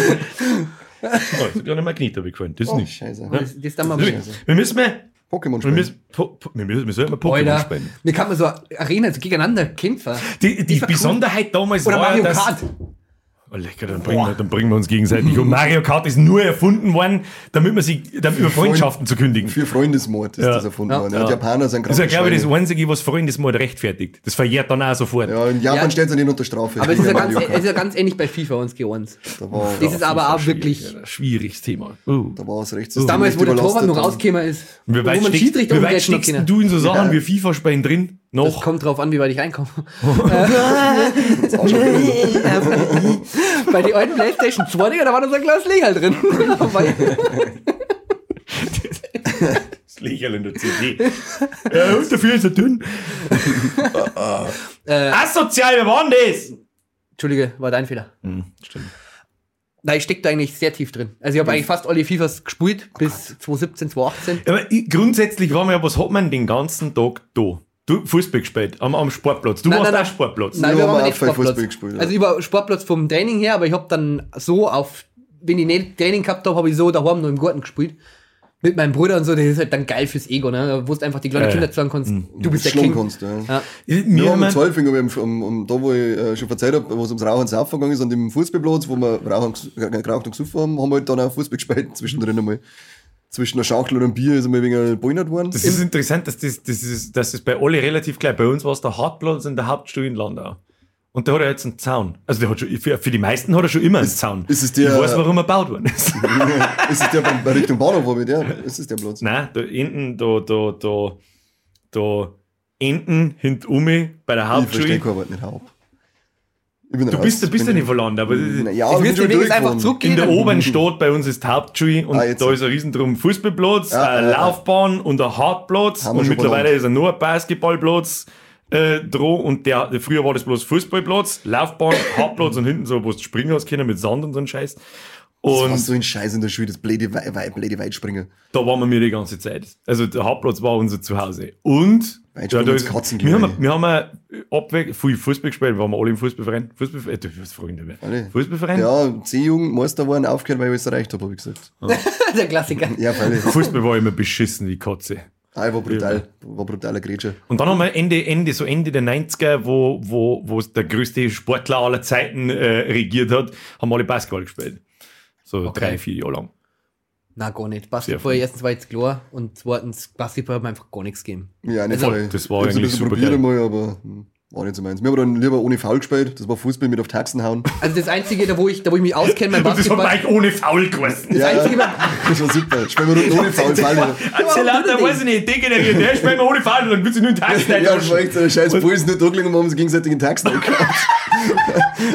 Speaker 1: ich hab gerade einen Magnet habe ich gefallen. Das ist
Speaker 2: Oh,
Speaker 1: nicht.
Speaker 2: scheiße.
Speaker 3: Das, das dann mal
Speaker 1: Wir, wir müssen mehr.
Speaker 2: Pokémon
Speaker 1: Wir
Speaker 2: spielen.
Speaker 1: müssen, po, po, wir müssen, wir sollten mal Pokémon
Speaker 3: Alter,
Speaker 1: spielen.
Speaker 3: mir kann man so Arena so gegeneinander kämpfen.
Speaker 1: Die, die
Speaker 3: war cool.
Speaker 1: Besonderheit damals
Speaker 3: Oder
Speaker 1: war
Speaker 3: Mario
Speaker 1: ja, dass...
Speaker 3: Kart.
Speaker 1: Oh, lecker, dann bringen, wir, dann bringen wir uns gegenseitig um. Mario Kart ist nur erfunden worden, damit man sich, damit über Freundschaften zu kündigen.
Speaker 2: Für Freundesmord ist
Speaker 1: Ja.
Speaker 2: das erfunden
Speaker 3: Ja.
Speaker 2: worden. Ja. Die Japaner sind
Speaker 1: Das ist ja,
Speaker 2: kranke
Speaker 1: glaube ich, das
Speaker 2: Schweine.
Speaker 1: Einzige, was Freundesmord rechtfertigt. Das verjährt dann auch sofort.
Speaker 2: Ja, in Japan
Speaker 3: Ja.
Speaker 2: stellt sie nicht unter Strafe.
Speaker 3: Aber es ist, ja ganz,
Speaker 2: Mario
Speaker 3: es
Speaker 2: Kart.
Speaker 3: ist ja ganz ähnlich bei FIFA und Skeons.
Speaker 2: Da war,
Speaker 3: Das ist aber auch
Speaker 1: Schwierig,
Speaker 3: wirklich.
Speaker 1: Alter. Schwieriges Thema. Oh.
Speaker 2: da war es recht
Speaker 3: Damals, wo der Torwart noch
Speaker 2: rausgeht.
Speaker 3: rausgekommen ist.
Speaker 1: Wie weit
Speaker 3: wo man
Speaker 1: steckst,
Speaker 3: Schiedsrichter
Speaker 1: wie weit
Speaker 3: umgrätschen hat
Speaker 1: steckst
Speaker 3: können.
Speaker 1: du in so Sachen wie FIFA-Spielen drin?
Speaker 3: Das
Speaker 1: Noch?
Speaker 3: kommt drauf an, wie weit
Speaker 1: *laughs*
Speaker 3: ich reinkomme. *laughs* bei den alten Playstation 2, Digga, da war noch so ein Glas Legal drin. *laughs*
Speaker 1: Das Lächerl in der CD. ja, und dafür ist er dünn. Asozial, wir waren das!
Speaker 3: Entschuldige, war dein Fehler.
Speaker 1: Stimmt.
Speaker 3: Nein, ich steck da eigentlich sehr tief drin. Also ich habe eigentlich fast alle FIFAs gespielt, bis 2017, 2018.
Speaker 1: Aber ich, grundsätzlich war mir, was hat man den ganzen Tag da? Du Fußball gespielt, am, am Sportplatz. Du
Speaker 3: Nein,
Speaker 1: warst
Speaker 3: nein,
Speaker 1: auch
Speaker 3: nein.
Speaker 1: Sportplatz.
Speaker 3: Nein,
Speaker 2: Nur
Speaker 3: wir
Speaker 2: haben
Speaker 3: waren
Speaker 2: wir
Speaker 3: nicht
Speaker 2: auch viel
Speaker 3: Sportplatz.
Speaker 2: Fußball gespielt, ja.
Speaker 3: Also über Sportplatz vom Training her, aber ich habe dann so auf, wenn ich nicht Training gehabt habe, habe ich so daheim noch im Garten gespielt. Mit meinem Bruder und so, das ist halt dann geil fürs Ego, ne? Wo du einfach die kleinen
Speaker 1: Ja, ja.
Speaker 3: Kinder sagen kannst, du bist der
Speaker 2: Mhm. Schlagen
Speaker 3: King. Ah.
Speaker 2: kannst, ja.
Speaker 3: Ja. *laughs*
Speaker 1: Mir
Speaker 2: Ja,
Speaker 1: haben
Speaker 2: am
Speaker 1: wir-
Speaker 2: Zollfinger, wir haben, um, um, da wo ich äh, schon erzählt habe, wo es ums Rauchen und Saufen gegangen ist, an dem Fußballplatz, wo wir Rauchen, ges- äh, geraucht und gesoffen haben, haben wir halt dann auch Fußball *laughs* gespielt, zwischendrin einmal. Zwischen einer Schachtel und einem Bier ist einmal wegen Ballnert worden. *laughs*
Speaker 1: Das ist interessant, dass das, das, ist, dass das bei alle relativ gleich. Bei uns war es der Hartplatz in der Hauptstadt in Landau. Und da hat er jetzt einen Zaun. Also der hat schon, für, für die meisten hat er schon immer einen Zaun.
Speaker 2: ist es der-
Speaker 1: ich weiß, warum er gebaut worden ist.
Speaker 2: das ist der bei, bei Richtung Bahnhof, wo ich der, das ist der Platz.
Speaker 1: Nein, da hinten, da, da, da, da, hinten, hint umi, bei der
Speaker 2: ich verstehe
Speaker 1: Hauptschule.
Speaker 2: kein Wort nicht, Haupt. Ich bin
Speaker 1: Du bist, du bist ja nicht verlandet, aber
Speaker 2: Ja,
Speaker 3: Ich
Speaker 2: ich bin
Speaker 3: müsste
Speaker 2: schon
Speaker 3: wenigstens einfach
Speaker 2: durchgefahren.
Speaker 1: in
Speaker 3: zurückgehen.
Speaker 1: der oberen Stadt bei uns ist die Hauptschule und
Speaker 2: Ah, jetzt.
Speaker 1: da ist ein riesen drum Fußballplatz,
Speaker 2: Ja,
Speaker 1: eine
Speaker 2: ja, ja.
Speaker 1: Laufbahn und ein Hartplatz
Speaker 2: Haben wir
Speaker 1: und
Speaker 2: schon
Speaker 1: mittlerweile
Speaker 2: benannt.
Speaker 1: ist er nur ein Basketballplatz äh, dran und der, früher war das bloß Fußballplatz, Laufbahn,
Speaker 2: *clears throat*
Speaker 1: Hartplatz und hinten so, wo du springen hast können mit Sand und so ein Scheiß.
Speaker 2: Das war
Speaker 1: Und
Speaker 2: so ein Scheiß in der Schule, das blöde, Wei- Wei- blöde Weitspringer.
Speaker 1: da waren wir mir die ganze Zeit. Also der Hauptplatz war unser Zuhause. Und
Speaker 2: Jetzt
Speaker 1: ja,
Speaker 2: spielen
Speaker 1: da
Speaker 2: wir
Speaker 1: ist,
Speaker 2: ins Katzen-
Speaker 1: wir haben, wir haben äh, abweg, viel Fußball gespielt, waren wir alle im Fußballverein. Fußballverein, äh, du was frag ich nicht mehr.
Speaker 2: Alle.
Speaker 1: Fußballverein?
Speaker 2: Ja, C-Jugend, Meister waren aufgehört, weil ich es erreicht habe, habe ich gesagt.
Speaker 3: der Klassiker.
Speaker 1: *laughs*
Speaker 2: Ja, freilich.
Speaker 1: Fußball war immer beschissen, die Katze.
Speaker 2: Ah, ich war brutal. War brutaler Grätscher.
Speaker 1: Und dann haben wir Ende, Ende, so Ende der 90er, wo, wo, wo der größte Sportler aller Zeiten äh, regiert hat, haben alle Basketball gespielt. So drei, vier Jahre lang.
Speaker 3: Na gar nicht. Basketball,
Speaker 1: Sehr
Speaker 3: erstens war jetzt klar und zweitens, Basketball hat mir einfach gar nichts gegeben.
Speaker 2: Ja, nicht
Speaker 3: Also,
Speaker 2: voll.
Speaker 1: das war
Speaker 2: Ich hab's ein
Speaker 1: eigentlich
Speaker 2: bisschen
Speaker 1: supergeil.
Speaker 2: probiert einmal, aber hm, war nicht so meins. Wir haben dann lieber ohne Foul gespielt. Das war Fußball mit auf Taxen hauen.
Speaker 3: Also das Einzige, da wo ich, da wo ich mich auskenne, mein
Speaker 1: Und *laughs* das hat
Speaker 3: Basketball.
Speaker 1: Mike ohne Foul gelassen.
Speaker 3: Das
Speaker 2: Ja,
Speaker 3: Einzige,
Speaker 2: das war super. Spielen wir Runden ohne Foul. Ball nicht.
Speaker 1: Erzähl
Speaker 3: warum
Speaker 1: auch,
Speaker 3: tut
Speaker 1: der
Speaker 3: er
Speaker 1: weiß ich nicht, degeneriert, der spielt mir ohne Foul und dann willst du nur einen Tag
Speaker 2: Ja, das war echt so ein scheiß Ball ist nicht durchgelegen und wir haben uns gegenseitig in
Speaker 3: Ah,
Speaker 2: Taxen gekauft.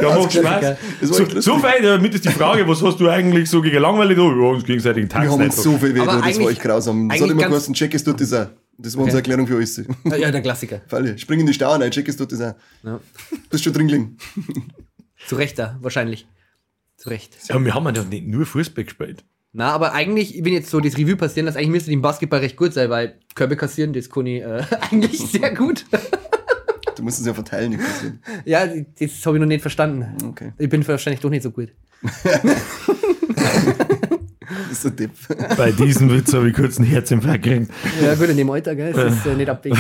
Speaker 1: Ja, macht
Speaker 3: Klassiker.
Speaker 1: Spaß.
Speaker 2: Das war
Speaker 1: So,
Speaker 2: echt lustig.
Speaker 1: so weit, damit ist die Frage, was hast du eigentlich so gegen Langweile da? Wir haben uns gegenseitig einen
Speaker 2: Wir
Speaker 1: Tanz
Speaker 2: haben uns so viel weh,
Speaker 3: Aber
Speaker 2: getan, das
Speaker 3: eigentlich-
Speaker 2: war echt grausam. Das hat
Speaker 3: eigentlich
Speaker 2: immer
Speaker 3: ganz-
Speaker 2: geheißen, check es tut das auch. Das war unsere Erklärung für alles. *laughs*
Speaker 3: Ja, der Klassiker.
Speaker 2: Falle, spring in die Stau rein, check es tut das auch.
Speaker 3: Ja.
Speaker 2: Bist schon drin gelegen.
Speaker 3: Zu Recht da, wahrscheinlich. Zu Recht.
Speaker 1: Ja, wir haben ja doch nicht nur Fußball gespielt.
Speaker 3: Na, aber eigentlich, wenn jetzt so das Review passieren lässt, eigentlich müsste die im Basketball recht gut sein, weil Körbe kassieren, das kann ich äh, *laughs* eigentlich sehr gut.
Speaker 2: Du musst es ja verteilen, nicht passieren.
Speaker 3: ja, das habe ich noch nicht verstanden.
Speaker 2: Okay.
Speaker 3: Ich bin wahrscheinlich doch nicht so gut.
Speaker 2: Das ist ein Tipp. *laughs*
Speaker 1: Bei diesem Witz habe ich kurz einen Herzinfarkt gekriegt.
Speaker 3: Ja, gut, in dem Alter, gell? Das ist äh, nicht
Speaker 1: *laughs*
Speaker 3: abwegig.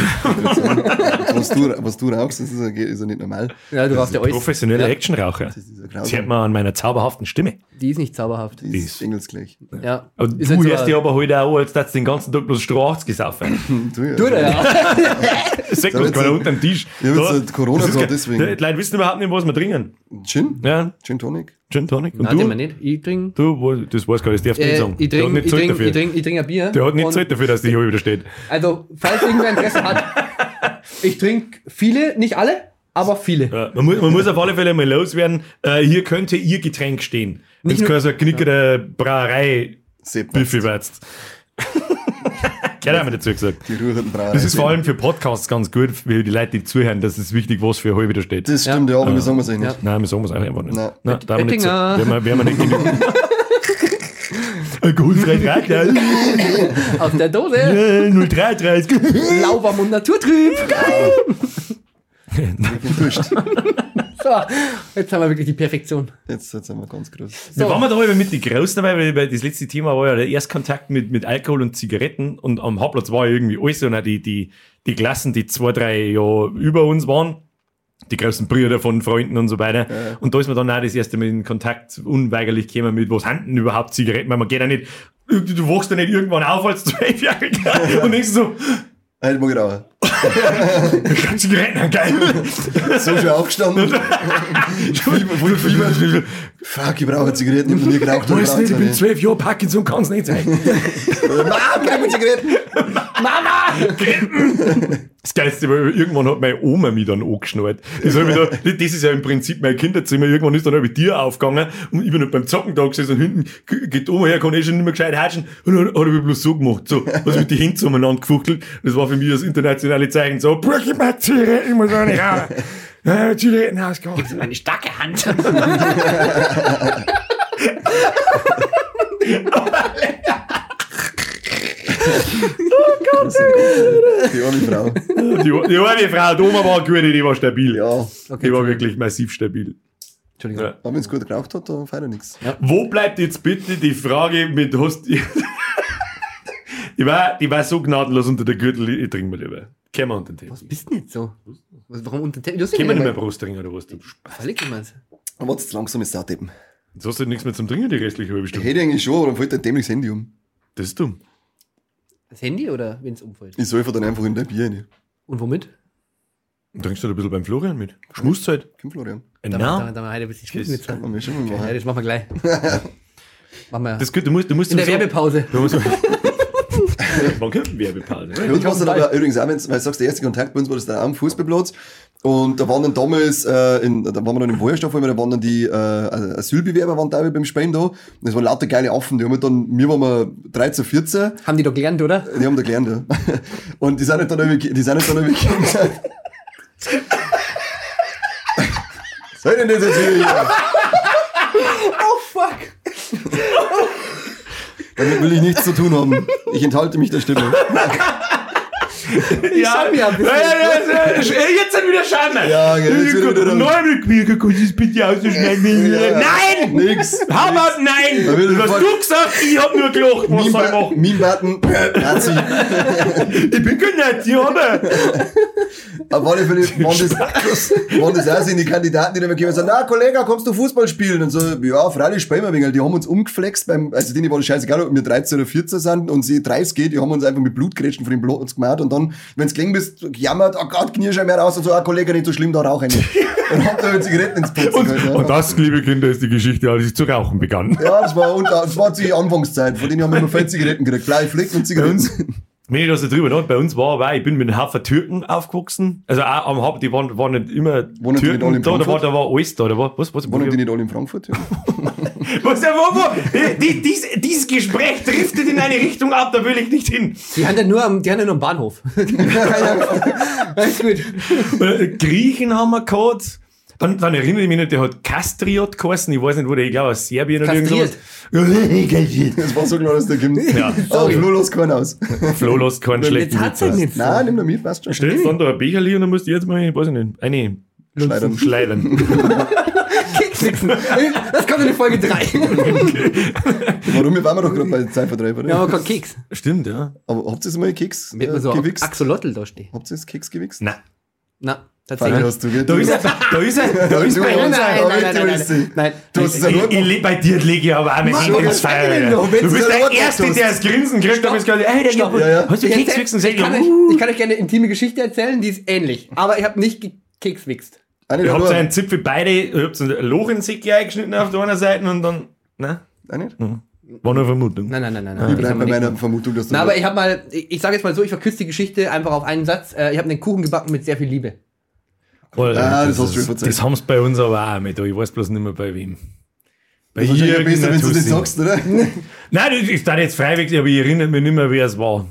Speaker 2: Was du, was du rauchst, das ist ja, ist ja nicht normal.
Speaker 3: Ja, du warst ja euch.
Speaker 1: Professioneller
Speaker 3: Ja.
Speaker 1: Actionraucher.
Speaker 2: Das ist ja
Speaker 1: Das hört
Speaker 2: grausam.
Speaker 1: man an meiner zauberhaften Stimme.
Speaker 3: Die ist nicht zauberhaft.
Speaker 2: Die ist engelsgleich.
Speaker 3: Ja.
Speaker 1: Aber
Speaker 3: Ist
Speaker 1: du
Speaker 3: halt so
Speaker 1: hörst
Speaker 3: ein-
Speaker 1: dich aber heute auch, an, als hättest du den ganzen Tag bloß Strachs gesaufen.
Speaker 2: Du, ja.
Speaker 3: Du,
Speaker 1: *laughs*
Speaker 3: da, ja.
Speaker 1: Das sagt
Speaker 2: Ja,
Speaker 1: bloß
Speaker 2: jetzt
Speaker 1: keiner
Speaker 2: so-
Speaker 1: unter dem Tisch.
Speaker 2: Ja, jetzt
Speaker 1: Da-
Speaker 2: so Corona
Speaker 1: das ist
Speaker 2: gehabt,
Speaker 1: kein-
Speaker 2: deswegen.
Speaker 1: Die Leute wissen überhaupt nicht, was wir trinken.
Speaker 2: Gin?
Speaker 1: Ja,
Speaker 2: Gin Tonic?
Speaker 1: Gin Tonic. Und
Speaker 3: Nein, den wir
Speaker 1: du,
Speaker 3: nicht. Ich trinke.
Speaker 1: du, wo- das weiß gar nicht, das darfst du nicht
Speaker 3: Äh,
Speaker 1: sagen.
Speaker 3: ich
Speaker 1: Der hat
Speaker 3: trinke
Speaker 1: nicht
Speaker 3: ich
Speaker 1: Zeit
Speaker 3: trinke, ich
Speaker 1: dafür.
Speaker 3: trinke, ich trinke ein Bier.
Speaker 1: Der hat nicht
Speaker 3: Und-
Speaker 1: Zeit dafür, dass die hier wieder steht.
Speaker 3: Also, falls irgendwer Interesse hat, ich trinke viele, nicht alle, aber viele.
Speaker 1: Ja, Äh, man, muss, man muss auf alle Fälle mal loswerden. Äh, hier könnte Ihr Getränk stehen. Wenn
Speaker 3: Nicht
Speaker 1: es
Speaker 3: nur-
Speaker 1: keine so knickere Brauerei
Speaker 2: Sepp.
Speaker 1: Büffi *laughs* wärst. Keiner hat mir dazu gesagt.
Speaker 2: Die rührenden Brauerei.
Speaker 1: Das ist vor allem für Podcasts ganz gut, für die Leute, die zuhören, das ist wichtig, was für heute wieder steht.
Speaker 2: Das stimmt, ja, aber wir sagen es euch nicht.
Speaker 1: Nein, wir sagen es einfach nicht.
Speaker 2: Nein.
Speaker 1: Nein, da haben wir nicht so.
Speaker 3: Oettinger.
Speaker 1: Wenn wir, wenn wir nicht genügend. Alkoholfrei 33,
Speaker 3: Aus der
Speaker 1: *laughs*
Speaker 3: Dose.
Speaker 1: äh, 033.
Speaker 3: Lauwarm und naturtrüb.
Speaker 2: Wurscht.
Speaker 3: So, jetzt haben wir wirklich die Perfektion.
Speaker 2: Jetzt, jetzt sind wir ganz groß.
Speaker 1: Wir waren wir da eben mit den Großen dabei, weil weil das letzte Thema war ja der Erstkontakt mit, mit Alkohol und Zigaretten und am Hauptplatz war ja irgendwie alles und auch die, die, die Klassen, die zwei, drei Jahre über uns waren, die großen Brüder von Freunden und so weiter. Und da ist man dann auch das erste Mal in Kontakt unweigerlich gekommen mit, was haben denn überhaupt Zigaretten, weil man geht ja nicht, du du wachst ja nicht irgendwann auf als Zwölfjähriger und denkst so,
Speaker 2: Halt mal genau.
Speaker 1: ich kann Zigaretten, haben, geil.
Speaker 2: So *laughs* schon aufgestanden. Fieber, voll Fieber. Fuck, ich brauche Zigaretten. Ich hab noch nie geraucht. aber
Speaker 1: Weiß
Speaker 2: braucht's
Speaker 1: nicht, ich
Speaker 2: auch
Speaker 1: bin zwölf Jahre Parkinson, kann es nicht sein.
Speaker 2: Mama, bring mir Zigaretten.
Speaker 1: Das Geilste, weil irgendwann hat meine Oma mich dann angeschnallt. Das, hab ich da, das ist ja im Prinzip mein Kinderzimmer. Irgendwann ist dann über dir aufgegangen und ich bin halt beim Zocken da gesessen und hinten g- geht die Oma her, kann eh schon nicht mehr gescheit hatschen und dann hat er mich bloß so gemacht. So, also mit die Hände so umeinander gefuchtelt. Das war für mich das internationale Zeichen. So, brüch ich mal Zigaretten, ich muss auch nicht raus. Äh, Zigaretten ausgehauen.
Speaker 3: Eine starke Hand.
Speaker 2: Die arme Frau.
Speaker 1: Die, Oh, die eine Frau, die Oma war gut, die war stabil.
Speaker 2: Ja,
Speaker 1: die war wirklich massiv stabil.
Speaker 3: Entschuldigung.
Speaker 1: Ja.
Speaker 2: aber wenn es gut geraucht hat, dann feiert er nichts.
Speaker 1: Wo bleibt jetzt bitte die Frage mit hast die war, die war so gnadenlos unter der Gürtel, ich trinke mal lieber. Kämmer unter den Tee.
Speaker 3: Was bist du denn jetzt so? Was, warum unter den Teppich? Du hast
Speaker 1: Kämmer
Speaker 3: ja
Speaker 1: nicht mehr
Speaker 3: nicht
Speaker 1: Brustring oder was? du?
Speaker 3: Verleg ich mein's.
Speaker 2: Aber jetzt langsam ist es eben.
Speaker 1: Jetzt hast du nichts mehr zum Trinken die restliche halbe
Speaker 2: Ich
Speaker 1: Stunde.
Speaker 2: hätte eigentlich schon, aber dann fällt dein dämliches Handy um.
Speaker 1: Das ist dumm.
Speaker 3: Das Handy oder wenn's umfällt?
Speaker 2: Ich säufe dann einfach in dein Bier rein.
Speaker 3: Und womit?
Speaker 1: Trinkst du halt ein bisschen beim Florian mit? Schmusszeit?
Speaker 2: Komm, Florian.
Speaker 3: Da
Speaker 1: Na.
Speaker 3: da- da- da- ein bisschen schmücken
Speaker 1: Das
Speaker 3: jetzt.
Speaker 2: Kann
Speaker 3: Ja,
Speaker 2: man mir schon mal machen.
Speaker 3: das machen
Speaker 1: *laughs*
Speaker 3: wir gleich. machen wir
Speaker 1: Das geht, du musst, du musst
Speaker 3: in der
Speaker 1: sowieso-
Speaker 3: Werbepause.
Speaker 1: Du musst, *laughs* Wann kommt denn Werbepause? ne?
Speaker 2: Bei uns war es dann aber übrigens auch, wenn's- weil du sagst, der erste Kontakt bei uns war das dann auch am Fußballplatz. Und da waren dann damals, äh, in, da waren wir dann im Wohlstand, da waren dann die äh, Asylbewerber waren teilweise beim Spielen da. Und das waren lauter geile Affen. Die haben halt dann, wir waren mal 13, 14.
Speaker 3: Haben die doch gelernt, oder?
Speaker 2: Die haben da gelernt, ja. *laughs* Und die sind halt dann irgendwie, die sind halt dann irgendwie gegangen. *laughs* Soll denn das jetzt wieder?
Speaker 3: Oh fuck!
Speaker 2: Damit will ich nichts zu tun haben. Ich enthalte mich der Stimme.
Speaker 1: Ich ja,
Speaker 3: schau mir ein bisschen.
Speaker 1: ja, ja, ja, ja, jetzt sind wieder Schaden.
Speaker 2: Ja, gell, jetzt wird wieder-
Speaker 1: Nein, mit mir, kannst du das bitte
Speaker 3: *laughs*
Speaker 1: ausschneiden? Nein!
Speaker 2: Nix!
Speaker 1: Hammer, nein!
Speaker 2: Da will ich
Speaker 1: Du hast
Speaker 2: voll-
Speaker 1: du gesagt, ich hab nur gelacht, was soll ich machen?
Speaker 2: Meme-Button, Nazi.
Speaker 1: Ich bin kein Nazi, oder?
Speaker 2: *laughs* Auf alle
Speaker 1: *laughs*
Speaker 2: Fälle waren das, *laughs* waren das auch so die Kandidaten, die dann gekommen sind, na Kollege, kommst du Fußball spielen? Und so, ja, freilich spielen wir ein wenig. Die haben uns umgeflext, beim, also denen war das scheißegal, ob wir 13 oder 14 sind und sie 30 geht, die haben uns einfach mit Blutgrätschen von dem Platz gemacht und dann, wenn's gelingen bist, gejammert, oh Gott, Knierschein mehr raus und so, ah Kollege, nicht so schlimm, da
Speaker 1: *laughs*
Speaker 2: rauch eine. Und haben da halt Zigaretten ins Putz
Speaker 1: Und,
Speaker 2: gehalten.
Speaker 1: und das, liebe Kinder, ist die Geschichte, als ich zu rauchen begann.
Speaker 2: Ja, das war, unter, das war die Anfangszeit, von denen haben wir immer fünf Zigaretten gekriegt, gleich Flecken und Zigaretten.
Speaker 1: *laughs* Wenn ich das so drüber nachdenke, bei uns war, war ich bin mit einem Haufen Türken aufgewachsen. Also auch am Haufen, die waren, waren nicht immer
Speaker 2: Wohnen die
Speaker 1: Türken
Speaker 2: nicht alle in
Speaker 1: da, da war,
Speaker 2: Frankfurt?
Speaker 1: da war alles da, da war, was, was,
Speaker 2: Waren die nicht alle in Frankfurt? *laughs* Ja.
Speaker 1: was, ja, wo, wo, Äh, die, dies, dieses Gespräch driftet in eine Richtung ab, da will ich nicht hin.
Speaker 3: Die haben ja nur am, die haben ja nur am Bahnhof. *laughs* Alles gut.
Speaker 1: Äh, Griechen haben wir gehabt. Dann, dann erinnere ich mich nicht, der hat Kastriot geheißen. Ich weiß nicht, wo der, ich glaube, aus Serbien oder
Speaker 3: Kastriert.
Speaker 1: irgendwas.
Speaker 2: Das war so klar, dass der Kim.
Speaker 1: Ja.
Speaker 2: *laughs* Aber
Speaker 3: Sorry.
Speaker 2: Flo lässt keinen aus.
Speaker 1: Flo lässt keinen
Speaker 3: Jetzt
Speaker 1: schlechten Witz
Speaker 3: hat's halt
Speaker 1: aus.
Speaker 3: nicht.
Speaker 2: Nein, nimm da mit, passt schon.
Speaker 1: Stellst dann da ein Becherli und dann musst du jetzt mal, ich weiß nicht, eine
Speaker 2: Schleudern.
Speaker 1: schleudern.
Speaker 3: Kickfixen. Das kommt in die
Speaker 1: *laughs*
Speaker 3: Folge Genau, 3.
Speaker 2: Warum? Wir waren wir doch gerade bei Zeitvertreib, oder?
Speaker 3: Wir haben keinen Keks.
Speaker 1: Stimmt, ja.
Speaker 2: Aber habt ihr es mal Keks
Speaker 3: Wir
Speaker 2: äh,
Speaker 3: hätten so
Speaker 2: gewichst?
Speaker 3: Axolotl da stehen.
Speaker 2: Habt ihr es Keks gewichst?
Speaker 1: Nein.
Speaker 3: Na,
Speaker 2: Fein
Speaker 3: tatsächlich.
Speaker 2: hast du, gell?
Speaker 1: Da
Speaker 2: Du-
Speaker 1: ist er, da ist er, da ist
Speaker 2: Du-
Speaker 1: bei
Speaker 2: Nein,
Speaker 1: uns
Speaker 2: nein,
Speaker 1: ein.
Speaker 2: nein, nein, nein. Du hast es ja nur
Speaker 1: Ich, ich,
Speaker 2: gemacht.
Speaker 1: leg- bei dir lege ich aber auch mein
Speaker 2: Mann,
Speaker 1: Hände ins
Speaker 2: was kann ich
Speaker 1: Feuer.
Speaker 2: denn
Speaker 1: ja.
Speaker 2: noch, wenn's
Speaker 1: Du bist
Speaker 2: so
Speaker 1: der
Speaker 2: laut
Speaker 1: Erste,
Speaker 2: ist?
Speaker 1: der das Grinsen kriegt, aber es gerade, ey, der
Speaker 3: Stopp.
Speaker 1: Jakob,
Speaker 2: Ja, ja.
Speaker 1: hast du
Speaker 3: Ich
Speaker 1: Keks Uh,
Speaker 3: erzähl-
Speaker 1: höchstens
Speaker 3: ich, kann euch, ich kann euch gerne eine intime Geschichte erzählen, die ist ähnlich. Aber ich habe nicht gekekswichst.
Speaker 2: Eine
Speaker 1: Ihr habt
Speaker 2: nur.
Speaker 1: so einen Zipfel beide, ihr habt so ein Loch in den Säcki eingeschnitten auf der einen Seite und dann, ne?
Speaker 2: Eine Ah, nicht?
Speaker 1: War nur Vermutung.
Speaker 3: Nein, nein, nein, nein. nein
Speaker 2: Ich
Speaker 3: das
Speaker 2: bleib
Speaker 3: haben wir
Speaker 2: bei
Speaker 3: nicht
Speaker 2: meiner
Speaker 3: gemacht.
Speaker 2: Vermutung, dass du.
Speaker 3: Na, aber ich habe mal, ich, ich sage jetzt mal so, ich verkürze die Geschichte einfach auf einen Satz. Äh, Ich habe einen Kuchen gebacken mit sehr viel Liebe.
Speaker 1: Alter,
Speaker 2: Ah, das hast du
Speaker 1: ist-
Speaker 2: schon verzeiht.
Speaker 1: Das haben sie bei uns aber auch mit, aber ich weiß bloß nicht mehr bei wem. Bei
Speaker 2: das ist wahrscheinlich besser, wenn du
Speaker 1: irgendeiner
Speaker 2: das
Speaker 1: Tussi.
Speaker 2: sagst, oder? *laughs*
Speaker 1: Nein, das ist da jetzt freiweg, aber ich erinnere mich nicht mehr, wer es war.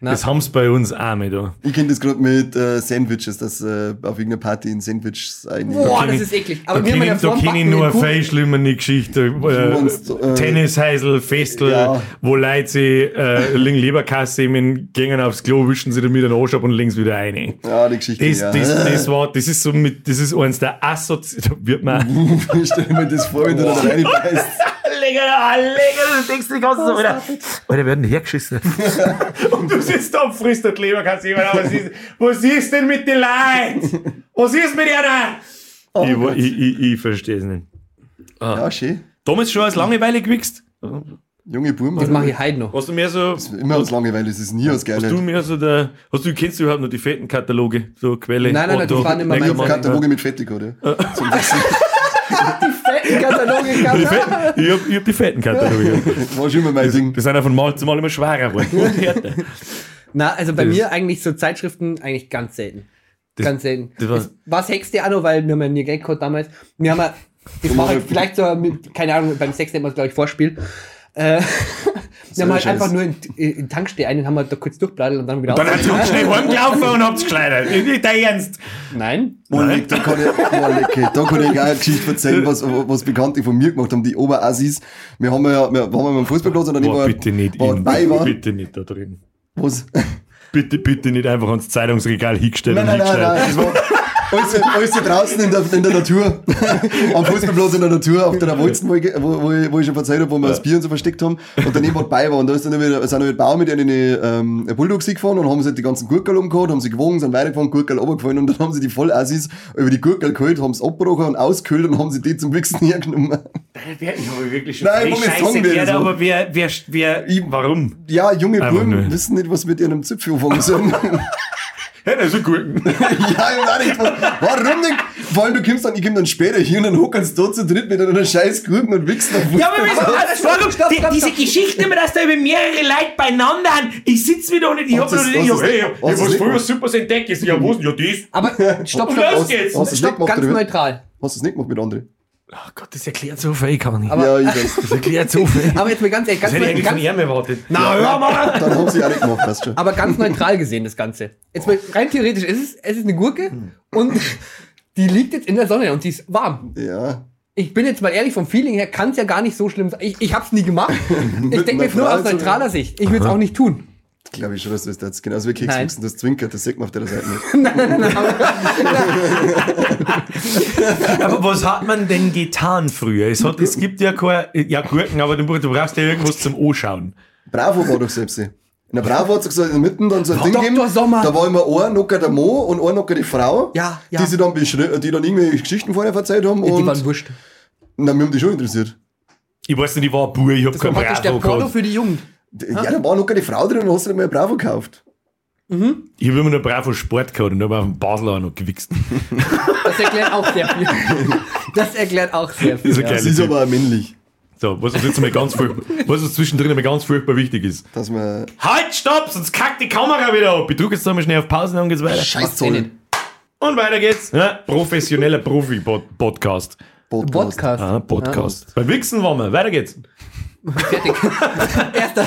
Speaker 1: Das haben sie bei uns auch mit. Da.
Speaker 2: Ich kenne das gerade mit äh, Sandwiches, dass äh, auf irgendeiner Party in Sandwiches ein.
Speaker 3: Boah,
Speaker 1: kenn
Speaker 3: das
Speaker 1: ich-
Speaker 3: ist eklig.
Speaker 1: Da
Speaker 3: Aber wir haben ja vorm
Speaker 1: kenne ich
Speaker 3: Backen
Speaker 1: nur
Speaker 3: einen
Speaker 1: eine
Speaker 3: Kuchen.
Speaker 1: viel schlimmere Geschichte.
Speaker 2: meinst,
Speaker 1: Äh,
Speaker 2: äh,
Speaker 1: Tennisheisel, Festel,
Speaker 2: ja.
Speaker 1: wo Leute sich, äh, liegen Leberkasse, eben gehen aufs Klo, wischen sie damit einen Anschub und legen es wieder rein.
Speaker 2: Ja, die Geschichte.
Speaker 1: Das,
Speaker 2: ja.
Speaker 1: das, das, war, das ist so mit, das ist eins der Assozi... Da wird
Speaker 2: *laughs*
Speaker 1: man...
Speaker 2: *laughs* Stell dir mal das vor, wenn du da reinbeißt.
Speaker 1: Lecker, lecker, du denkst die ganze Zeit, Alter. Alter, werden hergeschissen. *laughs* Und du sitzt da und frisst das Leberkasse. Was ist, was ist denn mit den Leuten? Was ist mit ihnen? Oh
Speaker 2: Gott.
Speaker 1: ich, ich, ich, ich verstehe es nicht.
Speaker 2: Ja, schön.
Speaker 1: Damals schon als Langeweile gewichst?
Speaker 2: Junge Burma.
Speaker 3: Das mache ich heute noch.
Speaker 1: Hast du mehr so...
Speaker 2: Immer aus Langeweile, das ist nie aus
Speaker 1: Hast du
Speaker 2: Geilheit.
Speaker 1: mehr so der... Hast du, kennst du überhaupt noch die Fettenkataloge? So Quelle?
Speaker 3: Nein, nein, nein,
Speaker 1: Otto,
Speaker 3: das waren immer meine
Speaker 1: Neckermann.
Speaker 2: Kataloge mit Fettig, oder? Zum Essen.
Speaker 3: Fetten Kataloge
Speaker 1: Die Fetten- Ich hab, ich hab die Fettenkataloge.
Speaker 2: War schon immer mein Ding.
Speaker 1: *laughs* Die sind ja von Mal zu Mal immer schwerer geworden. Und *laughs* härter.
Speaker 3: Na, also bei mir eigentlich so Zeitschriften eigentlich ganz selten. ganz selten.
Speaker 1: das war-
Speaker 3: Es- was hext dir an, weil wir haben ja nie Geld gehabt damals. Wir haben ja, halt das mache ich vielleicht so mit, keine Ahnung, beim Sex nennt man es, glaube ich, Vorspiel. Äh, *laughs* Wir haben halt
Speaker 2: Scheiß.
Speaker 3: einfach nur in, in, in Tankstelle einen, haben wir halt da kurz durchbladelt und dann wieder
Speaker 1: Dann
Speaker 3: raus.
Speaker 1: hat sie uns schnell heimgelaufen und habt's geschleudert. Nicht dein Ernst.
Speaker 3: Nein.
Speaker 2: Moleck, da kann ich, Moleck, da kann ich auch eine Geschichte erzählen, was, was Bekannte von mir gemacht haben, die Oberassis. Wir haben ja, wir waren mal im Fußballplatz und dann
Speaker 1: Boah,
Speaker 2: war,
Speaker 1: bitte nicht
Speaker 2: war
Speaker 1: in,
Speaker 2: Weiber.
Speaker 1: bitte nicht da drin.
Speaker 2: Was?
Speaker 1: Bitte, bitte nicht einfach ans Zeitungsregal hingestellt
Speaker 2: Nein,
Speaker 1: und
Speaker 2: nein, nein,
Speaker 1: hingestellt.
Speaker 2: nein. Das war *laughs* alles, alles da draußen in der, in der *laughs* Natur. Am Fußballplatz in der Natur, auf der Wolzen, wo ich, wo, wo, ich, wo ich schon erzählt habe, wo wir das Bier und so versteckt haben. Und daneben war bei war. Und da ist dann wieder, sind dann wieder Bauer mit einem ähm, Bulldog gefahren und haben sich halt die ganzen Gurkel umgehauen, haben sie gewogen, sind weitergefahren, Gurkel runtergefallen und dann haben sie die Vollassis über die Gurkel geholt, haben es abgebrochen und ausgehöhlt und haben sie die zum Wichsen hergenommen.
Speaker 1: Wir hätten aber wirklich schon
Speaker 2: Nein,
Speaker 1: viel
Speaker 2: Moment,
Speaker 1: Scheiße
Speaker 2: sagen wir
Speaker 1: gehört,
Speaker 2: das so.
Speaker 1: aber wer, wer, wer, warum?
Speaker 2: Ja, junge
Speaker 1: Einfach
Speaker 2: Buben
Speaker 1: nur.
Speaker 2: wissen nicht, was mit ihrem Zipfel anfangen sollen.
Speaker 1: Hätte er so Gurken.
Speaker 2: Ja, ich weiß nicht. Warum nicht? Vor allem, du kommst dann, ich komm dann später hier und dann hockernst du zu dritt mit einer scheiß Gurken und wichst auf
Speaker 4: Ja, aber wir müssen alles warum
Speaker 3: stopp,
Speaker 4: die,
Speaker 3: stopp,
Speaker 4: diese
Speaker 3: stopp.
Speaker 4: Geschichte immer, dass da über mehrere Leute beieinander haben. Ich sitze wieder nicht, ich
Speaker 2: Hat
Speaker 4: hab noch
Speaker 2: das-
Speaker 4: nicht,
Speaker 2: hat
Speaker 4: ich hab,
Speaker 2: das-
Speaker 4: hey, ich
Speaker 2: hat
Speaker 4: hab
Speaker 2: das
Speaker 4: was
Speaker 2: nicht
Speaker 4: früher
Speaker 2: gemacht?
Speaker 4: Supers entdeckt. Ich ja, wo ist denn ja das?
Speaker 3: Aber stopp, stopp,
Speaker 4: Los
Speaker 3: stopp,
Speaker 4: geht's!
Speaker 2: Hast du es nicht
Speaker 3: stopp
Speaker 2: gemacht,
Speaker 3: ganz
Speaker 2: oder wie?
Speaker 3: neutral.
Speaker 2: Hast du es nicht gemacht mit anderen?
Speaker 4: Ach Gott, das erklärt so viel, kann man nicht.
Speaker 2: Ja, ich weiß.
Speaker 4: Das erklärt so *laughs* viel.
Speaker 3: Aber jetzt mal ganz ehrlich, ganz,
Speaker 4: Hätte ich
Speaker 3: neu-
Speaker 4: eigentlich von
Speaker 3: ganz,
Speaker 4: ihm erwartet. Na, hör mal!
Speaker 2: Dann haben sie auch nicht gemacht, weißt du schon.
Speaker 3: aber ganz neutral gesehen, das Ganze. Jetzt mal rein theoretisch, es ist, es ist eine Gurke und *laughs* die liegt jetzt in der Sonne und die ist warm.
Speaker 2: Ja.
Speaker 3: Ich bin jetzt mal ehrlich, vom Feeling her kann es ja gar nicht so schlimm sein. Ich, ich hab's
Speaker 2: *laughs*
Speaker 3: nie gemacht. Ich denke mir jetzt nur aus
Speaker 2: neutral zu-
Speaker 3: neutraler Sicht. Ich würde es auch nicht tun. *laughs*
Speaker 2: Glaube ich schon, dass du das jetzt genauso wie
Speaker 3: Nein.
Speaker 2: Kekswichsen, das zwinkert, das sieht man auf der Seite nicht.
Speaker 4: Aber was hat man denn getan früher? Es, hat, es gibt ja keine, ja Gurken, aber du brauchst du brauchst ja irgendwas zum Anschauen.
Speaker 2: Bravo war doch selbst. sie. In der Bravo hat sie gesagt, mitten dann so ein Ding
Speaker 3: Dr.
Speaker 2: gegeben.
Speaker 3: Sommer.
Speaker 2: Da war immer ein Nocker der Mo und ein Nocker die Frau.
Speaker 3: Ja, ja.
Speaker 2: Die sie dann, beschri- die dann irgendwelche Geschichten vorher verzählt haben.
Speaker 3: Die
Speaker 2: und
Speaker 3: waren wurscht.
Speaker 2: na, mir haben die schon interessiert.
Speaker 1: Ich weiß nicht, ich war ein Bub, ich hab
Speaker 3: Das war
Speaker 1: kein
Speaker 3: praktisch der
Speaker 1: Bravo
Speaker 3: Porno
Speaker 1: gehabt.
Speaker 3: für die Jugend. Ah.
Speaker 2: Ja, da war Nocker die Frau drin und hast du nicht mehr Bravo gekauft.
Speaker 1: Ich hab immer nur Bravo Sport gehabt und hab auf dem Basel auch noch gewichst.
Speaker 3: Das erklärt auch sehr viel.
Speaker 2: *laughs*
Speaker 3: Das erklärt auch sehr viel.
Speaker 1: Das ist ein
Speaker 2: Das
Speaker 1: geiler
Speaker 2: ist
Speaker 1: Typ.
Speaker 2: aber auch männlich,
Speaker 1: So, was uns jetzt mal ganz
Speaker 3: *laughs*
Speaker 1: furchtbar, was uns zwischendrin mal ganz furchtbar wichtig ist.
Speaker 2: dass man
Speaker 1: Halt, stopp, sonst kackt die Kamera wieder ab. Ich drücke jetzt nochmal schnell auf Pause, dann geht's weiter.
Speaker 2: scheiß
Speaker 3: Macht's eh nicht.
Speaker 2: Zoll
Speaker 1: Und weiter geht's. Ja, professioneller Profi-Podcast.
Speaker 2: Podcast.
Speaker 3: Podcast.
Speaker 1: Ah, Podcast. Beim Wichsen waren wir. Weiter
Speaker 3: *laughs*
Speaker 1: geht's.
Speaker 3: Fertig. *laughs* Erster.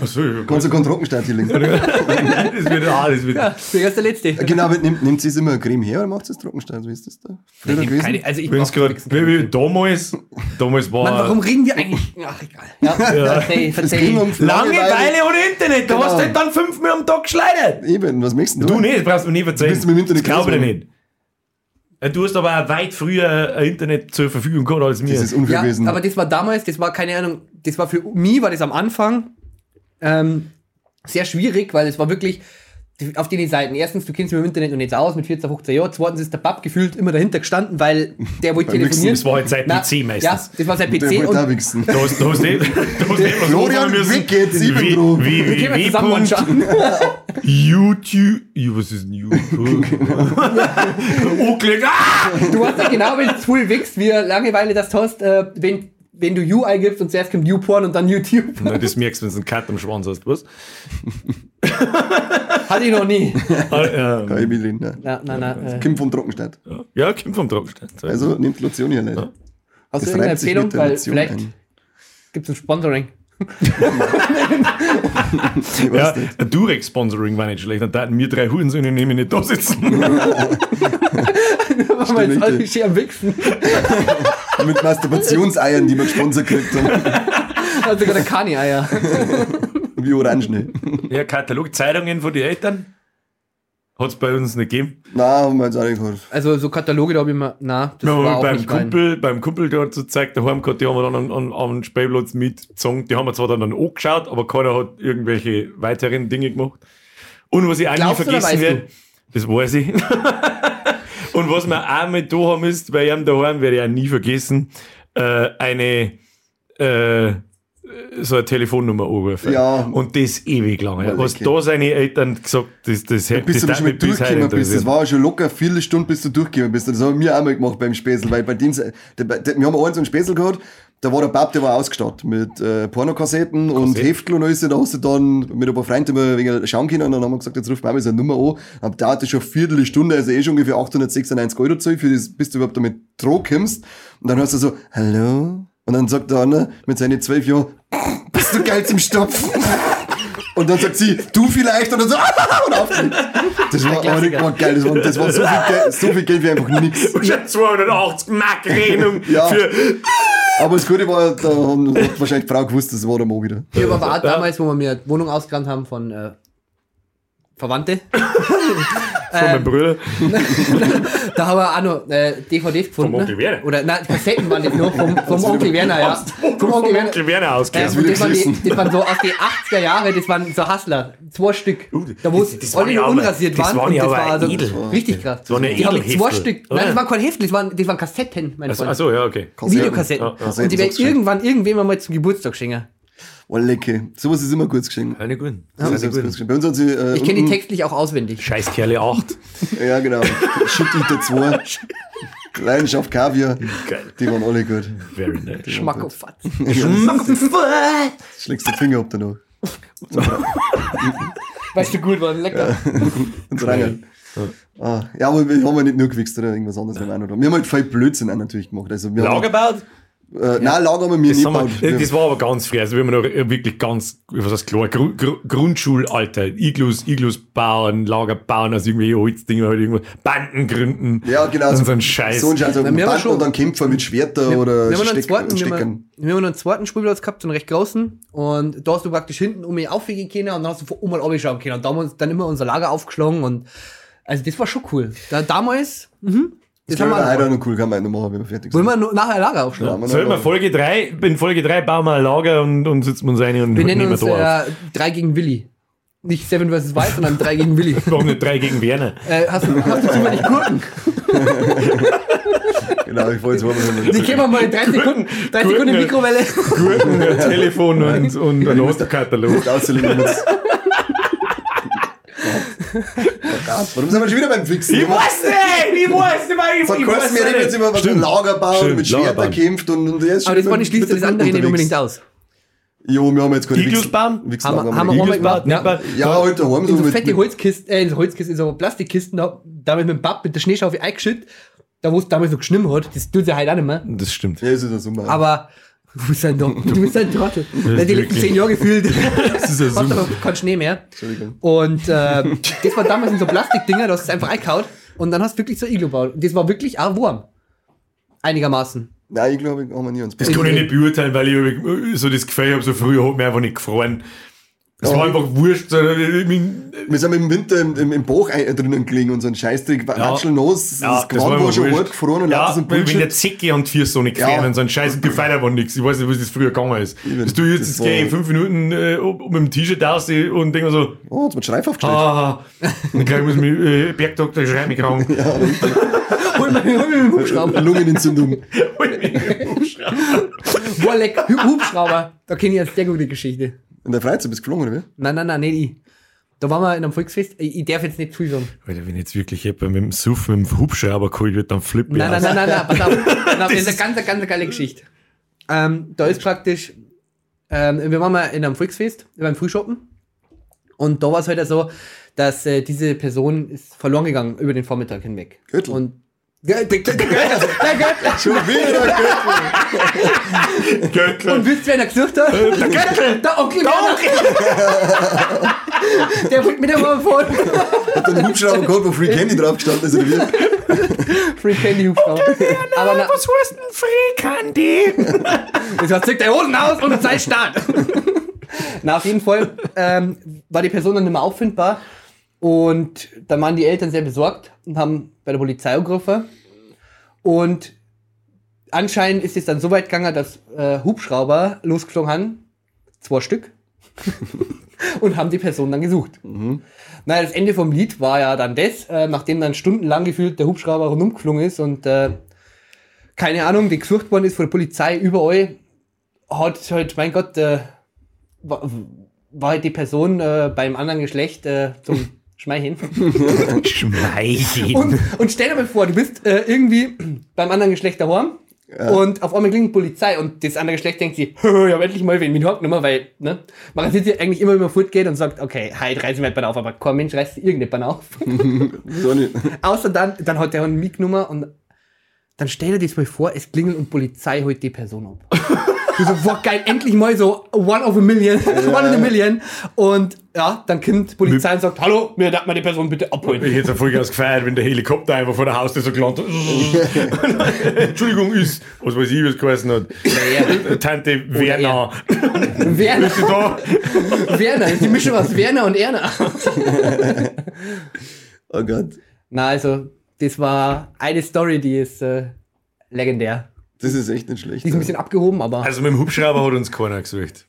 Speaker 1: Achso, ja, gut. *laughs*
Speaker 2: Kannst du keinen Trockenstein hinlegen.
Speaker 1: das wird, ah, das wird.
Speaker 3: Zuerst der letzte.
Speaker 2: *laughs* Genau, aber nimmt, nimmt sie es immer Creme her oder macht sie es Trockenstein? Wie ist das da? Früher gewesen?
Speaker 3: Keine, also ich
Speaker 1: Wenn es
Speaker 3: brauch
Speaker 1: gerade,
Speaker 3: nichts.
Speaker 1: damals, damals war.
Speaker 3: Mann, warum reden wir eigentlich? Ach, egal. Ja, Hey,
Speaker 2: Es
Speaker 3: verzeih.
Speaker 2: ging um
Speaker 4: Langeweile ohne Internet, da
Speaker 3: Genau.
Speaker 4: hast du halt dann fünfmal am Tag geschleudert.
Speaker 2: Eben, was möchtest du?
Speaker 1: Du nicht, das brauchst du mir nicht erzählen.
Speaker 2: Du bist mit dem Internet
Speaker 1: das glaube ich
Speaker 2: groß
Speaker 1: dir nicht. Äh, Du hast aber auch weit früher äh, Internet zur Verfügung gehabt als mir.
Speaker 2: Das ist unfair
Speaker 3: Ja,
Speaker 2: gewesen.
Speaker 3: aber das war damals, das war keine Ahnung, das war für mich, war das am Anfang ähm, sehr schwierig, weil es war wirklich die- auf den Seiten. Erstens, du kennst mich im Internet noch nicht aus mit 14, 15 Jahren. Zweitens ist der Pub gefühlt immer dahinter gestanden, weil der wollte
Speaker 2: Beim
Speaker 3: telefonieren.
Speaker 1: Wichsen, das war halt sein
Speaker 3: Na,
Speaker 1: PC meistens.
Speaker 3: Ja, das war sein
Speaker 2: Der
Speaker 3: PC.
Speaker 2: wollte auch
Speaker 3: Und
Speaker 2: wichsen.
Speaker 1: Da hast du hast nicht, da hast nicht was
Speaker 2: Florian,
Speaker 1: anfangen müssen.
Speaker 2: wie geht's?
Speaker 1: Wie,
Speaker 2: Ich bin drauf.
Speaker 1: wie,
Speaker 3: wir gehen mal zusammen
Speaker 1: wie,
Speaker 3: anschauen.
Speaker 1: wie YouTube. Ja, was ist denn
Speaker 2: *laughs*
Speaker 1: YouTube? Unklick. Ah!
Speaker 3: Du hast ja genau, wenn du full wickst, wie Langeweile das hast, äh, wenn, wenn du U eingibst und zuerst kommt YouPorn und dann YouTube.
Speaker 1: Nein, das merkst du, wenn du einen Cut am Schwanz hast, was?
Speaker 3: Hatte ich noch nie.
Speaker 1: Ah, ähm,
Speaker 2: Ja, ich bin drin, ne?
Speaker 3: Na, na, na, äh.
Speaker 2: Kim vom Trockenstein.
Speaker 1: ja, kommt vom Trockenstein.
Speaker 2: Also nimmt Lotion hier nicht.
Speaker 3: Hast du
Speaker 2: Das
Speaker 3: irgendeine
Speaker 2: reibt sich
Speaker 3: Empfehlung?
Speaker 2: mit der
Speaker 3: Weil
Speaker 2: Lotion
Speaker 3: vielleicht
Speaker 2: ein.
Speaker 3: gibt es ein Sponsoring.
Speaker 2: Ich
Speaker 1: Ja,
Speaker 2: weiß nicht.
Speaker 1: ein Durex-Sponsoring war nicht schlecht. Dann taten wir drei Hurensohne nämlich nicht da sitzen.
Speaker 3: Aber jetzt
Speaker 2: richtig.
Speaker 3: alle schön am Wichsen.
Speaker 2: Mit Masturbationseiern, die wir gesponsert gekriegt haben.
Speaker 3: Hat sogar der Kani-Eier.
Speaker 2: Wie Orangen.
Speaker 1: ja, Katalog, Zeitungen von den Eltern. Hat es bei uns nicht gegeben.
Speaker 2: Nein, haben wir jetzt auch nicht gehört.
Speaker 3: Also so Kataloge, da hab ich immer, na, das
Speaker 1: Wir
Speaker 3: war
Speaker 1: haben
Speaker 3: auch
Speaker 1: beim
Speaker 3: nicht mein.
Speaker 1: Kumpel, beim Kumpel, der hat so gezeigt, daheim gehabt, die haben wir dann am, am, am Spielplatz mitgezogen. Die haben wir zwar dann dann angeschaut, aber keiner hat irgendwelche weiteren Dinge gemacht. Und was ich eigentlich
Speaker 3: Glaubst du oder
Speaker 1: vergessen
Speaker 3: weißt
Speaker 1: werde, das weiß ich. *laughs* Und was wir auch mit da haben ist, bei ihm daheim werde ich auch nie vergessen, äh, eine, äh, so eine Telefonnummer anrufen.
Speaker 2: Ja.
Speaker 1: Und das ewig lang. Ja.
Speaker 2: Weil
Speaker 1: Was
Speaker 2: okay.
Speaker 1: da seine Eltern gesagt, das, das hätte
Speaker 2: Bis du
Speaker 1: darf mich
Speaker 2: schon
Speaker 1: bis heute
Speaker 2: durchgekommen bist. Das
Speaker 1: interessieren.
Speaker 2: war ja schon locker viele Stunden, bis du durchgekommen bist. Das haben wir auch mal gemacht beim Späßel, weil bei dem, se- der, der, wir haben einen so einen Späßel gehabt, da war der Bab, der war ausgestattet mit äh, Pornokassetten und Heftel und alles. Da hast du dann mit ein paar Freunden mal wegen schauen können und dann haben wir gesagt, jetzt ruft Mama seine Nummer an. Aber da hatte schon eine Viertelstunde, also eh schon ungefähr 896 Euro gezahlt, für das, bis du überhaupt damit drauf kommst. Und dann hast du so, hallo? Und dann sagt der andere mit seinen zwölf Jahren, *laughs* bist du geil zum Stopfen? Und dann sagt sie, du vielleicht, und dann so, *laughs* und aufgeht. Das war, aber das war geil, das war, das war so, viel Geld, so viel Geld wie einfach nichts.
Speaker 5: Ich hab 280 Mark Rechnung
Speaker 2: Ja.
Speaker 5: für.
Speaker 2: Aber das Gute war, da haben, hat wahrscheinlich die Frau gewusst, das war der Mo wieder.
Speaker 3: Ich war damals, wo wir mir die Wohnung ausgerannt haben von äh, Verwandte.
Speaker 1: Von meinem Bruder.
Speaker 3: Da haben wir auch noch äh, DVDs gefunden.
Speaker 5: Vom Onkel
Speaker 3: ne?
Speaker 5: Werner.
Speaker 3: Oder nein, Kassetten waren das nur
Speaker 1: *laughs*
Speaker 3: vom, vom Onkel Werner, ja. Vom Onkel Werner.
Speaker 5: Onkel Werner
Speaker 3: Äh,
Speaker 5: ausgelassen.
Speaker 2: will
Speaker 3: und
Speaker 2: ich
Speaker 3: das, waren die,
Speaker 2: wissen.
Speaker 3: das waren so aus den 80er Jahre, das waren so Hustler, zwei Stück. Da wo
Speaker 1: Uh, das-
Speaker 3: es
Speaker 1: das
Speaker 3: alle
Speaker 1: waren ja
Speaker 3: nur
Speaker 1: aber-
Speaker 3: unrasiert
Speaker 1: das
Speaker 3: waren.
Speaker 1: waren
Speaker 3: und
Speaker 1: ja
Speaker 3: das
Speaker 1: aber
Speaker 3: war also
Speaker 1: edel.
Speaker 3: richtig krass.
Speaker 1: waren ja
Speaker 3: die haben
Speaker 1: edel
Speaker 3: zwei
Speaker 1: Heftel,
Speaker 3: Stück.
Speaker 1: oder? Also
Speaker 3: Nein, das waren kein Heftel, das waren, das waren Kassetten, mein Freund.
Speaker 1: Achso, ja, okay.
Speaker 3: Videokassetten.
Speaker 1: Ja, ja.
Speaker 3: Und die werden
Speaker 2: Kassetten,
Speaker 3: irgendwann irgendwem einmal zum Geburtstag schenken.
Speaker 2: Oh, lecke. Sowas ist immer kurz geschenkt.
Speaker 1: Keine guten.
Speaker 2: Sowas ist kurz geschenkt. Bei uns hat sie, äh,
Speaker 3: Ich kenne die
Speaker 1: Mm.
Speaker 2: unten-
Speaker 3: textlich auch auswendig.
Speaker 1: Scheißkerle 8.
Speaker 2: Ja, genau. Shit Eater
Speaker 3: *laughs*
Speaker 2: 2. Leidenschaft Kaviar.
Speaker 5: Geil.
Speaker 2: Die waren alle gut.
Speaker 1: Very nice.
Speaker 3: Schmack
Speaker 1: *laughs*
Speaker 3: auf Fatz.
Speaker 2: Schlägst den Finger ab danach.
Speaker 3: Weißt du gut, war lecker.
Speaker 2: Ins Rangerl. Ah, ja, aber wir haben ja nicht nur gewichst oder irgendwas anderes. Wir, haben, auch noch- wir haben halt viel Blödsinn auch natürlich gemacht. Also wir
Speaker 1: Lagerbaut?
Speaker 2: Haben, äh, Nein, Lager haben wir nie
Speaker 1: Das, haben
Speaker 2: gebaut.
Speaker 1: wir, das war aber ganz früh. Also, wir haben noch wirklich ganz, was heißt klar, Gru Gru Grundschulalter. Iglus, Iglus bauen, Lager bauen, also irgendwie Holzdinger, halt irgendwas. Banden gründen.
Speaker 2: ja, genau.
Speaker 1: Und so ein Scheiß.
Speaker 2: So ein Scheiß.
Speaker 3: wir haben
Speaker 2: wir
Speaker 3: ja
Speaker 2: haben
Speaker 3: schon-
Speaker 2: schon. Und dann kämpfen mit Schwerter
Speaker 3: Wir
Speaker 2: oder
Speaker 3: haben, noch einen
Speaker 2: Steck,
Speaker 3: zweiten, wir,
Speaker 2: Steckern.
Speaker 3: haben, wir haben noch einen zweiten Spielplatz gehabt, so einen recht großen. Und da hast du praktisch hinten um mich aufgehen können und dann hast du von oben abschauen können. Und da haben wir uns dann immer unser Lager aufgeschlagen. Und also das war schon cool. Da, damals, mhm, das,
Speaker 2: Das
Speaker 3: haben
Speaker 2: haben
Speaker 3: wir auch noch
Speaker 2: wir
Speaker 3: gemacht.
Speaker 2: auch noch cool, kann man noch machen, wenn wir fertig sind.
Speaker 3: Wollen wir noch nachher ein Lager aufschlagen?
Speaker 2: Ja,
Speaker 1: Sollen wir Folge 3, in Folge 3 bauen wir ein Lager und, und sitzen uns ein und
Speaker 3: Wir nennen uns
Speaker 1: da auf.
Speaker 3: äh, 3 gegen Willi. Nicht 7 vs. White, sondern 3 gegen
Speaker 1: *laughs*
Speaker 3: Willi.
Speaker 1: Warum nicht 3 gegen Werner?
Speaker 3: Äh, hast, du- hast du
Speaker 1: *laughs*
Speaker 3: zufällig Gurken?
Speaker 2: Genau, ich wollte es mal
Speaker 3: Die
Speaker 2: *laughs*
Speaker 3: geben wir mal in 3 Sekunden, 3 Sekunden
Speaker 1: Gurken.
Speaker 3: Mikrowelle.
Speaker 1: Gurken, ein Telefon und, und ein Osterkatalog.
Speaker 2: auszulegen. Warum sind wir schon wieder beim Fixen?
Speaker 1: Ich weiß nicht! Ich weiß nicht! Ich, ich
Speaker 2: Verkosten
Speaker 1: weiß
Speaker 2: wir reden
Speaker 1: nicht.
Speaker 2: jetzt über was mit Lagerbau
Speaker 1: Stimmt,
Speaker 2: und mit Schwerter
Speaker 1: Lagerbau.
Speaker 2: kämpft und, und jetzt
Speaker 3: Aber das war nicht schließt das andere nicht unbedingt aus.
Speaker 2: Jo, wir haben jetzt keine
Speaker 1: Iglus bauen?
Speaker 2: Wichsen
Speaker 3: Haben wir- haben wir
Speaker 2: Iglus-
Speaker 3: auch mal
Speaker 1: Iglus-Bad,
Speaker 3: gemacht. Ja.
Speaker 1: Nepal.
Speaker 2: Ja, heute haben
Speaker 3: in
Speaker 2: so
Speaker 3: so
Speaker 2: mit,
Speaker 3: fette
Speaker 2: mit
Speaker 3: Holzkisten, äh, in so Holzkisten, in so Plastikkisten, da, damit mit dem Papp, mit der Schneeschaufel eingeschüttet, da wo es damals noch geschnitten hat, das tut ja halt auch nicht mehr.
Speaker 1: Das stimmt.
Speaker 2: ja, ist das super.
Speaker 3: Aber du bist ein, Dom- du bist ein Trottel. Weil die letzten
Speaker 1: wirklich-
Speaker 3: zehn Jahre gefühlt
Speaker 1: *laughs* Das ist ja
Speaker 3: *laughs* hast
Speaker 1: super.
Speaker 3: du keinen Schnee mehr.
Speaker 2: Entschuldigung.
Speaker 3: Und äh, das war damals in so Plastikdinger, da hast du es einfach eingehaut und dann hast du wirklich so ein Iglo gebaut. Und das war wirklich auch warm. Einigermaßen.
Speaker 2: Nein, ich glaube, haben wir nie uns.
Speaker 1: Das kann ich nicht beurteilen, weil ich so das Gefühl habe, so früher hat mir einfach nicht gefroren. Es war einfach wurscht. so, ich mein,
Speaker 2: Wir sind im Winter im, im, im Bauch ein, drinnen gelegen und so ein Scheißdreck, ja. Watscheln aus, das Gewand war,
Speaker 1: immer
Speaker 2: schon
Speaker 1: wurscht.
Speaker 2: hart gefroren und
Speaker 1: ja,
Speaker 2: lauter so ein
Speaker 1: wenn wenn der
Speaker 2: Bullshit.
Speaker 1: Zecke und vier so nicht
Speaker 2: Ja.
Speaker 1: gefroren und so ein Scheiß und gefällt einfach nichts. Ich weiß nicht, was das früher gegangen ist.
Speaker 2: Eben,
Speaker 1: Dass du jetzt
Speaker 2: das
Speaker 1: das
Speaker 2: war-
Speaker 1: geh, fünf Minuten äh, ob- ob mit dem T-Shirt aus und denk mir so,
Speaker 2: Oh, jetzt wird Schreif aufgestellt.
Speaker 1: ah, dann gleich muss ich mich, äh, Bergdoktor schreibt mich krank. *laughs*
Speaker 3: Hol mal hol mal
Speaker 2: *laughs*
Speaker 3: den Hubschrauber.
Speaker 2: Lungenentzündung.
Speaker 3: Boah, leck, Hu- Hubschrauber. Da kenne ich jetzt sehr gute Geschichte.
Speaker 2: In der Freizeit bist du geflogen, oder wie?
Speaker 3: Nein, nein, nein, nicht ich. Da waren wir in einem Volksfest. Ich, ich darf jetzt nicht viel sagen.
Speaker 1: Alter, wenn jetzt wirklich jemand mit dem Suff, mit dem Hubschrauber geholt wird, dann flippe ich
Speaker 3: Nein,
Speaker 1: aus.
Speaker 3: nein, nein, nein, nein, pass auf. Pass auf, Das ist eine ganz, ganz geile Geschichte. Ähm, da ist praktisch, ähm, wir waren mal in einem Volksfest, beim Frühschoppen. Und da war es halt so, dass äh, diese Person ist verloren gegangen über den Vormittag hinweg.
Speaker 2: Gürtel.
Speaker 3: Und der, der, der, der, Gürtel, der Gürtel.
Speaker 2: Schon wieder gehört.
Speaker 1: Göttl.
Speaker 3: Und wisst ihr, wer ihn gesucht hat? Der Göttel! Der Onkel Werner! *laughs* Der wird mit dem Horn
Speaker 2: Hat einen Hubschrauber geholt, wo Free Candy drauf gestanden ist, oder wie?
Speaker 3: Free Candy Hubschrauber. *laughs* Aber na,
Speaker 1: Was heißt denn Frikandi?
Speaker 3: Jetzt hat zieht der Hosen aus und sei stark. Na, auf jeden Fall ähm, war die Person dann nicht mehr auffindbar. Und dann waren die Eltern sehr besorgt und haben bei der Polizei angerufen. Und anscheinend ist es dann so weit gegangen, dass äh, Hubschrauber losgeflogen haben. Zwei Stück. und haben die Person dann gesucht. Naja, das Ende vom Lied war ja dann das, äh, nachdem dann stundenlang gefühlt der Hubschrauber rumgeflogen ist und äh, keine Ahnung, die gesucht worden ist von der Polizei überall, hat halt, mein Gott, äh, war, war halt die Person äh, beim anderen Geschlecht äh, zum Schmeicheln.
Speaker 1: Schmeichel.
Speaker 3: Und, und stell dir mal vor, du bist äh, irgendwie beim anderen Geschlecht daheim und auf einmal klingt die Polizei und das andere Geschlecht denkt sich, ich hab endlich mal wen mit Hocknummer, weil, ne, man sieht sie eigentlich immer, wenn man fortgeht und sagt, okay, heute reißen wir jemanden auf, aber kein Mensch reißt irgendjemanden auf.
Speaker 2: So nicht. *laughs*
Speaker 3: Außer dann, dann hat der Hund eine Mic-Nummer und Dann stell dir das mal vor, es klingelt und die Polizei holt die Person *laughs* ab. Du so, boah, geil, endlich mal so one of a million, one in a million. Und ja, dann kommt die Polizei und sagt, hallo, mir darf man die Person bitte abholen.
Speaker 1: Ich hätte es Vollgas gefeiert, wenn der Helikopter einfach vor der Haustür so gelandet hat. *laughs* Entschuldigung, ist, was weiß ich, was geheißen hat. Tante Werner.
Speaker 3: *laughs* Werner,
Speaker 1: Bist du da?
Speaker 3: Werner, die Mischung aus Werner und Erna.
Speaker 2: Oh Gott.
Speaker 3: Na, also, das war eine Story, die ist äh, legendär.
Speaker 2: Das ist echt nicht schlecht.
Speaker 3: Die ist ein bisschen abgehoben, aber
Speaker 1: Also mit dem Hubschrauber hat uns keiner gesucht.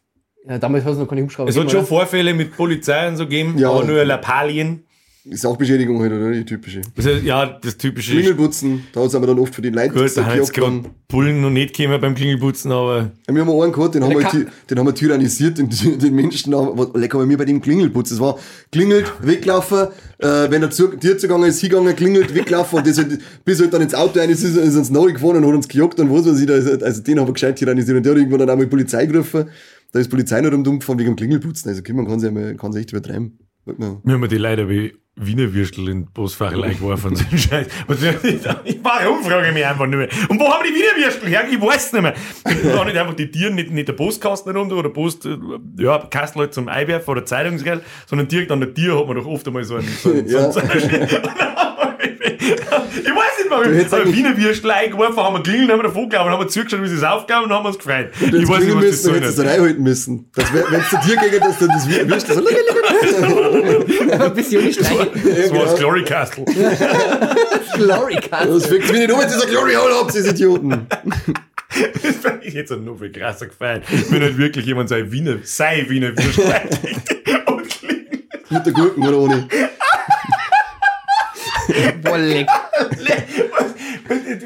Speaker 3: ja, damals hast du noch keine Hubschrauber.
Speaker 1: Es hat
Speaker 3: gegeben,
Speaker 1: schon Vorfälle mit Polizei und so gegeben,
Speaker 2: Ja.
Speaker 1: aber nur Lappalien.
Speaker 2: Ist auch Beschädigung heute, halt, oder? Die typische.
Speaker 1: Das heißt, ja, das typische.
Speaker 2: Klingelputzen, da hat es aber dann oft für die Leute
Speaker 1: Gut, da hat jetzt gerade
Speaker 2: haben.
Speaker 1: Bullen noch nicht gekommen beim Klingelputzen, aber
Speaker 2: Wir haben einen gehabt, den haben,
Speaker 3: Eine
Speaker 2: wir, ty- den haben wir tyrannisiert, den, *laughs* den Menschen, haben- was- lecker bei mir bei dem Klingelputz. Es war klingelt, weglaufen, äh, wenn er zu dir zugegangen ist, hingegangen, klingelt, weglaufen und das halt, bis halt dann ins Auto rein ist, ist, ist uns neu gefahren und hat uns gejagt und was weiß ich, da ist, halt- also den haben wir gescheit tyrannisiert und der hat irgendwann dann einmal die Polizei gerufen. Da ist die Polizei noch rumdumpf wegen dem Klingelputzen. Also, okay, man kann sich einmal- kann sich echt übertreiben. Sag mal.
Speaker 1: Mir haben die Leute wie Wiener Würstel in Postfach eingeworfen. So ein Scheiß. Was soll ich da- ich warum frage ich mich einfach nicht mehr. Und wo haben die Wiener Würstel her? Ich weiß es nicht mehr. Da nicht einfach die Tiere, nicht, nicht der Postkasten runter oder Post, äh, ja, Kastel halt zum Einwerfen oder Zeitungsgeld, sondern direkt an der Tür hat man doch oft einmal so einen, so einen,
Speaker 2: Ja.
Speaker 1: so einen, so einen *laughs* Ich weiß nicht
Speaker 2: Du
Speaker 1: mehr, wir
Speaker 2: hättest
Speaker 1: haben
Speaker 2: eigentlich-
Speaker 1: Wiener Würstel eingeworfen, haben wir klingelt, haben wir davon gelaufen, haben wir zugeschaut, wie sie es aufgaben und haben uns gefreut. Ich
Speaker 2: Ich
Speaker 1: weiß nicht, was das
Speaker 2: müssen,
Speaker 1: soll.
Speaker 2: hättest du es reinhalten müssen. Dass, wenn es zu dir ging, dass du das wir- wirst, so,
Speaker 1: *laughs*
Speaker 3: oder? *laughs* ein bisschen unsteigend.
Speaker 1: Das war das Glory Castle.
Speaker 3: Glory Cast.
Speaker 2: das fängt mich nicht um, jetzt ist er Glory, hau ab, sie Idioten.
Speaker 1: Das fand ich *laughs* jetzt noch viel krasser gefallen, wenn halt wirklich jemand sei Wiener, sei Wiener
Speaker 2: *laughs*
Speaker 1: Würstel einlegt und klingt.
Speaker 2: Mit der Gurken oder ohne.
Speaker 3: *laughs* Boah, leck.